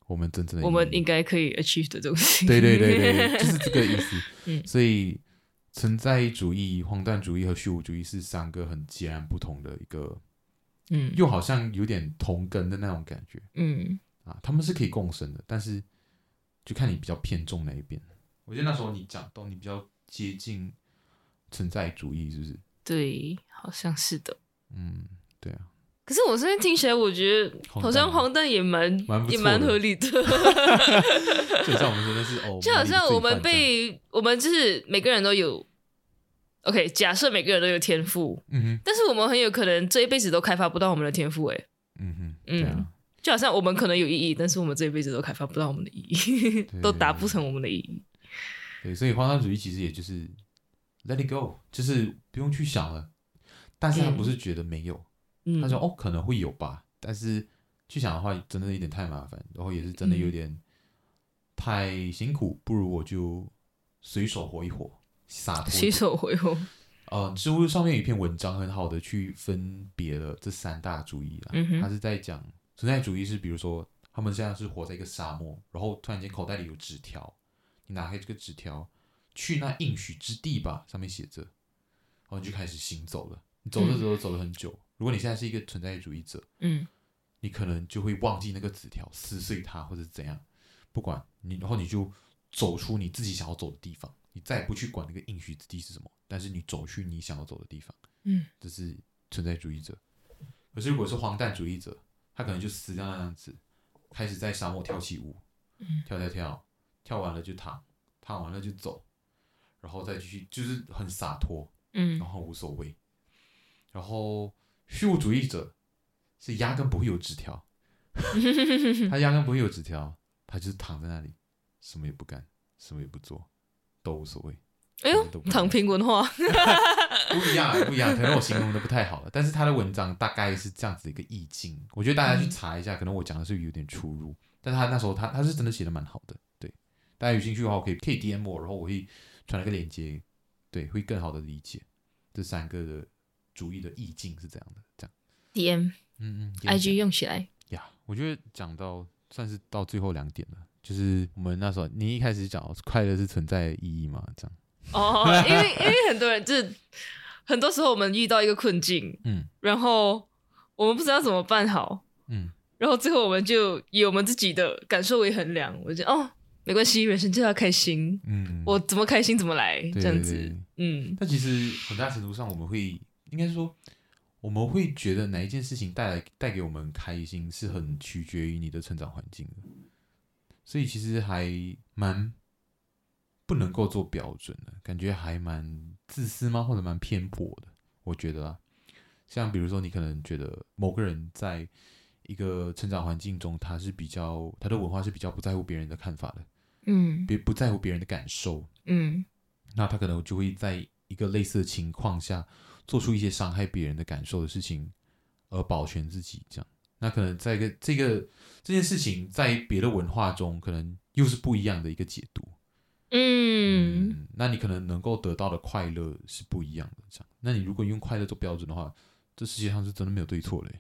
Speaker 1: 我们真正的
Speaker 2: 我们
Speaker 1: 意义
Speaker 2: 应该可以 achieve 的东西。
Speaker 1: 对对对 对，就是这个意思。
Speaker 2: 嗯
Speaker 1: 所以存在主义、荒诞主义和虚无主义是三个很截然不同的一个，
Speaker 2: 嗯
Speaker 1: 又好像有点同根的那种感觉
Speaker 2: 嗯
Speaker 1: 啊。他们是可以共生的，但是就看你比较偏重哪一边。我觉得那时候你讲到你比较接近存在主义，是不是？
Speaker 2: 对，好像是的。
Speaker 1: 嗯，对啊。
Speaker 2: 可是我现在听起来，我觉得
Speaker 1: 荒诞
Speaker 2: 好像荒诞也蛮
Speaker 1: 蛮不错的
Speaker 2: 也蛮合理 的，
Speaker 1: 就好像我们真的是哦，
Speaker 2: 就好像我们
Speaker 1: 们立
Speaker 2: 被我们就是每个人都有，OK，假设每个人都有天赋，
Speaker 1: 个罪犯这样嗯哼
Speaker 2: 但是我们很有可能这一辈子都开发不到我们的天赋，哎，
Speaker 1: 嗯哼，
Speaker 2: 嗯
Speaker 1: 对啊，
Speaker 2: 就好像我们可能有意义，但是我们这一辈子都开发不到我们的意义，都达不成我们的意义。
Speaker 1: 对，所以荒诞主义其实也就是 let it go，就是不用去想了。但是他不是觉得没有，哦
Speaker 2: 嗯，
Speaker 1: 他说：“哦，可能会有吧，但是去想的话，真的有点太麻烦，然后也是真的有点太辛苦，不如我就随手活一活，洒脱一点。
Speaker 2: 随手挥霍。
Speaker 1: 呃，知乎上面有一篇文章，很好的去分别了这三大主义啦。
Speaker 2: 嗯哼
Speaker 1: 他是在讲存在主义是，比如说他们现在是活在一个沙漠，然后突然间口袋里有纸条，你拿开这个纸条，去那应许之地吧，上面写着，然后你就开始行走了。你走着走着走了很久，如果你现在是一个存在主义者，
Speaker 2: 嗯
Speaker 1: 你可能就会忘记那个纸条，撕碎它或者怎样，不管你，然后你就走出你自己想要走的地方，你再也不去管那个应许之地是什么，但是你走去你想要走的地方，
Speaker 2: 嗯，
Speaker 1: 这是存在主义者。可是如果是荒诞主义者，他可能就死掉那样子，开始在沙漠跳起舞，跳跳跳，跳完了就躺，躺完了就走，然后再继续，就是很洒脱，
Speaker 2: 嗯
Speaker 1: 然后无所谓。然后虚无主义者是压根不会有纸 条，他压根不会有纸条，他就是躺在那里，什么也不干，什么也不做，都无所谓。
Speaker 2: 哎
Speaker 1: 什
Speaker 2: 呦
Speaker 1: 么都不，干
Speaker 2: 躺平文化。
Speaker 1: 不一样啊，不一样，可能我形容的不太好了，但是他的文章大概是这样子的一个意境，我觉得大家去查一下，可能我讲的是有点出入，但他那时候他他是真的写的蛮好的，对，大家有兴趣的话，我可以可以 DM 我，然后我会传了个链接，对，会更好的理解这三个的主义的意境是怎样的，这样，
Speaker 2: D M
Speaker 1: 嗯嗯
Speaker 2: I G 用起来，
Speaker 1: 呀我觉得讲到算是到最后两点了，就是我们那时候你一开始讲快乐是存在意义嘛，这样，
Speaker 2: 哦，因为因为很多人就是很多时候我们遇到一个困境，
Speaker 1: 嗯
Speaker 2: 然后我们不知道怎么办好，
Speaker 1: 嗯，
Speaker 2: 然后最后我们就以我们自己的感受为衡量，我就哦没关系，人生就要开心，
Speaker 1: 嗯，
Speaker 2: 我怎么开心怎么来，
Speaker 1: 对
Speaker 2: 这样
Speaker 1: 对对
Speaker 2: 子，嗯
Speaker 1: 但其实很大程度上，我们会应该说，我们会觉得哪一件事情带来带给我们开心，是很取决于你的成长环境的。所以其实还蛮不能够做标准的，感觉还蛮自私吗？或者蛮偏颇的？我觉得啊，像比如说，你可能觉得某个人在一个成长环境中，他是比较他的文化是比较不在乎别人的看法的，
Speaker 2: 嗯
Speaker 1: 别不在乎别人的感受，
Speaker 2: 嗯
Speaker 1: 那他可能就会在一个类似的情况下，做出一些伤害别人的感受的事情，而保全自己这样。那可能在一个这个这件事情，在别的文化中，可能又是不一样的一个解读。
Speaker 2: 嗯，
Speaker 1: 那你可能能够得到的快乐是不一样的这样。那你如果用快乐做标准的话，这世界上是真的没有对错嘞，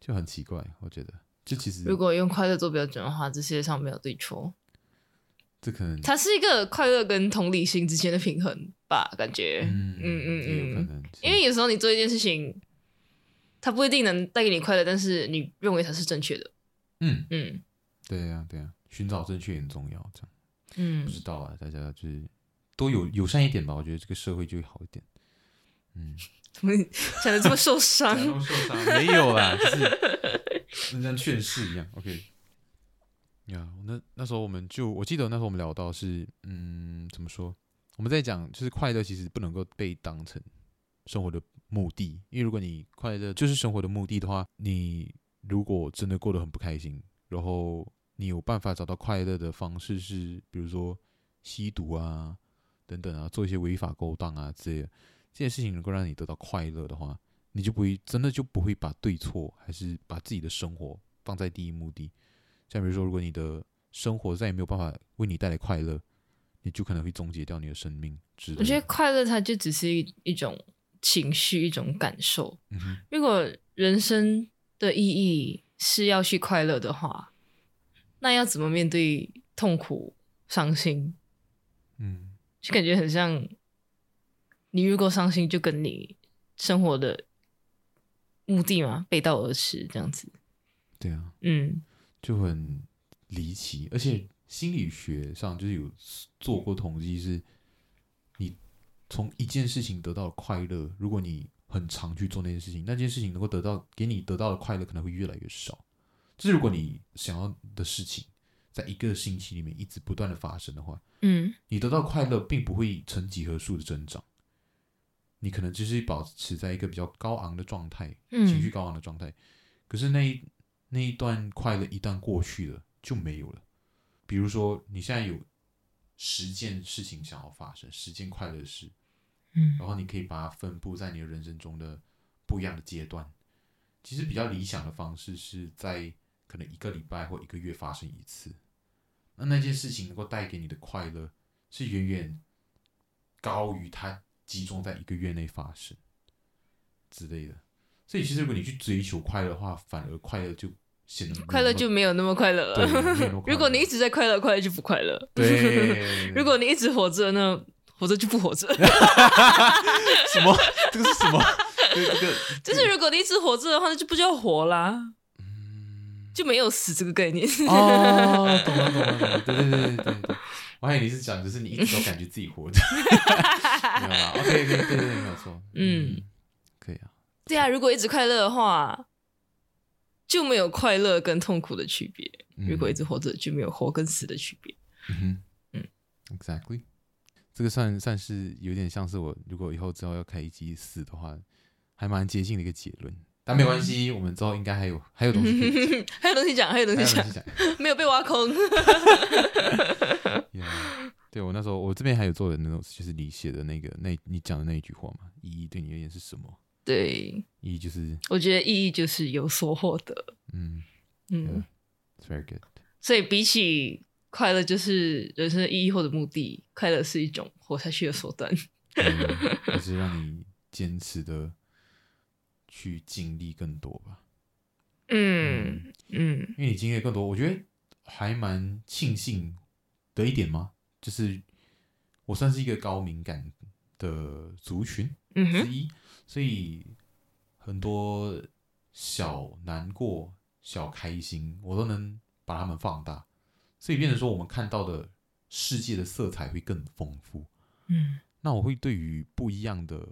Speaker 1: 就很奇怪。我觉得，这其实
Speaker 2: 如果用快乐做标准的话，这世界上没有对错，
Speaker 1: 这可能
Speaker 2: 它是一个快乐跟同理心之间的平衡吧，感觉，
Speaker 1: 嗯
Speaker 2: 嗯嗯
Speaker 1: 也有可
Speaker 2: 嗯，
Speaker 1: 能，
Speaker 2: 因为有时候你做一件事情，它不一定能带给你快乐，但是你认为它是正确的，
Speaker 1: 嗯，
Speaker 2: 嗯
Speaker 1: 对呀、对呀、啊寻找正确很重要这样。不
Speaker 2: 嗯
Speaker 1: 知道啊，大家就是嗯多友友善一点吧，我觉得这个社会就会好一点。嗯，
Speaker 2: 怎么 讲的这么受伤？
Speaker 1: 受伤没有啦，就是 就像劝世一样。OK，呀、那那时候我们就我记得那时候我们聊到是，嗯，怎么说？我们在讲就是快乐其实不能够被当成生活的目的，因为如果你快乐就是生活的目的的话，你如果真的过得很不开心，然后你有办法找到快乐的方式是，比如说吸毒啊等等啊，做一些违法勾当啊之类的，这件事情能够让你得到快乐的话，你就不会真的就不会把对错还是把自己的生活放在第一目的。像比如说，如果你的生活再也没有办法为你带来快乐，你就可能会终结掉你的生命之类的。
Speaker 2: 我觉得快乐它就只是一一种情绪，一种感受。
Speaker 1: 嗯哼，
Speaker 2: 如果人生的意义是要去快乐的话，那要怎么面对痛苦、伤心？
Speaker 1: 嗯。
Speaker 2: 就感觉很像你如果伤心，就跟你生活的目的嘛背道而驰，这样子。
Speaker 1: 对啊，
Speaker 2: 嗯
Speaker 1: 就很离奇，而且心理学上就是有做过统计，是你从一件事情得到的快乐，如果你很常去做那件事情，那件事情能够得到给你得到的快乐可能会越来越少。就是如果你想要的事情，在一个星期里面一直不断的发生的话，
Speaker 2: 嗯
Speaker 1: 你得到快乐并不会呈几何数的增长，你可能就是保持在一个比较高昂的状态，情绪
Speaker 2: 嗯
Speaker 1: 高昂的状态。可是那一那一段快乐一旦过去了，就没有了。比如说，你现在有十件事情想要发生，十件快乐的事，
Speaker 2: 嗯
Speaker 1: 然后你可以把它分布在你的人生中的不一样的阶段。其实比较理想的方式是在可能一个礼拜或一个月发生一次。那那件事情能够带给你的快乐，是远远高于它集中在一个月内发生之类的。所以，其实如果你去追求快乐的话，反而快乐就显得没有那么
Speaker 2: 快乐就没有那么快乐
Speaker 1: 对没有那
Speaker 2: 了。
Speaker 1: 么快乐
Speaker 2: 如果你一直在快乐，快乐就不快乐。
Speaker 1: 对，
Speaker 2: 如果你一直活着，那活着就不活着。
Speaker 1: 什么这个是什么？ 这个这个
Speaker 2: 就是如果你一直活着的话，那就不叫活啦，
Speaker 1: 嗯
Speaker 2: 就没有死这个概念。
Speaker 1: 哦，懂了懂了懂了，对对对对对对，我还以为你是讲，就是你一直都感觉自己活 着，没有啦，OK OK，对对对，没有错，
Speaker 2: 嗯，
Speaker 1: 可以啊，
Speaker 2: 对啊，如果一直快乐的话，就没有快乐跟痛苦的区别。
Speaker 1: 嗯
Speaker 2: 如果一直活着，就没有活跟死的区别。
Speaker 1: 嗯
Speaker 2: 嗯
Speaker 1: 哼，Exactly，这个算算是有点像是我如果以后之后要开一集死的话，还蛮接近的一个结论，但没关系，我们之后应该还有还有东西可以 讲，
Speaker 2: 还有东西讲，还有东
Speaker 1: 还有
Speaker 2: 西
Speaker 1: 东
Speaker 2: 讲
Speaker 1: 西，讲。
Speaker 2: 没有被挖空。
Speaker 1: Yeah. 对我那时候，我这边还有做的那种，就是你写的那个，那你讲的那一句话嘛，意义对你而言是什么？
Speaker 2: 对，
Speaker 1: 意义就是，
Speaker 2: 我觉得意义就是有所获得。
Speaker 1: 嗯
Speaker 2: 嗯，
Speaker 1: ，it's very good。
Speaker 2: 所以比起快乐，就是人生的意义或者目的，快乐是一种活下去的手段。
Speaker 1: 嗯，就是让你坚持的去经历更多吧。
Speaker 2: 嗯嗯，
Speaker 1: 因为你经历得更多，我觉得还蛮庆幸的一点嘛，就是我算是一个高敏感的族群
Speaker 2: 嗯
Speaker 1: 之
Speaker 2: 哼，
Speaker 1: 一，所以很多小难过、小开心，我都能把它们放大，所以变成说我们看到的世界的色彩会更丰富。
Speaker 2: 嗯
Speaker 1: 那我会对于不一样的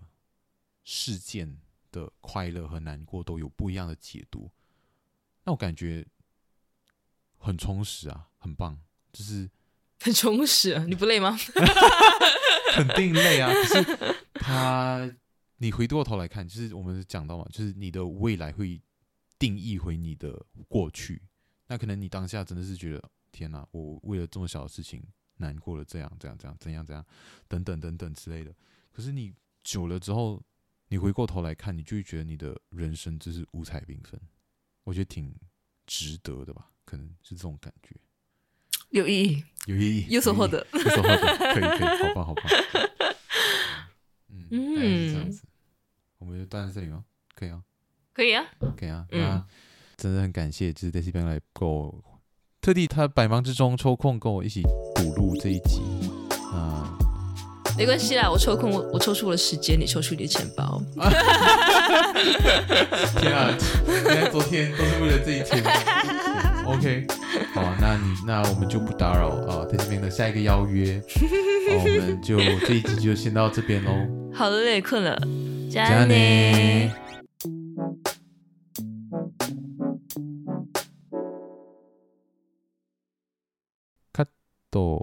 Speaker 1: 事件的快乐和难过都有不一样的解读。那我感觉很充实啊，很棒，就是
Speaker 2: 很充实啊，你不累吗？
Speaker 1: 肯定累啊。可是它，你回过头来看，就是我们讲到嘛，就是你的未来会定义回你的过去。那可能你当下真的是觉得，天哪、我为了这么小的事情难过了，这样这样这样怎样怎样，等等等等之类的。可是你久了之后，你回过头来看，你就会觉得你的人生就是五彩缤纷，我觉得挺值得的吧，可能是这种感觉，
Speaker 2: 有意义，
Speaker 1: 有意 义，
Speaker 2: 有所
Speaker 1: 意义
Speaker 2: 获得。
Speaker 1: 有所获得，可以可以，好棒好棒。嗯，大概是这样子，我们就断在这里吗？可以啊，
Speaker 2: 可以啊。
Speaker 1: 可以啊。
Speaker 2: 嗯
Speaker 1: 那真的很感谢，就是 Daisy 来跟我特地他百忙之中抽空跟我一起补录这一集。啊那
Speaker 2: 没关系啦，我抽空，我我抽出了时间，你抽出你的钱包。
Speaker 1: 天啊，原来昨天都是为了这一 天。OK，好、那你那我们就不打扰啊、在这边的下一个邀 约，好我们就这一集就先到这边喽。
Speaker 2: 好了，累困了，
Speaker 1: じゃ
Speaker 2: 加
Speaker 1: あねー。カット。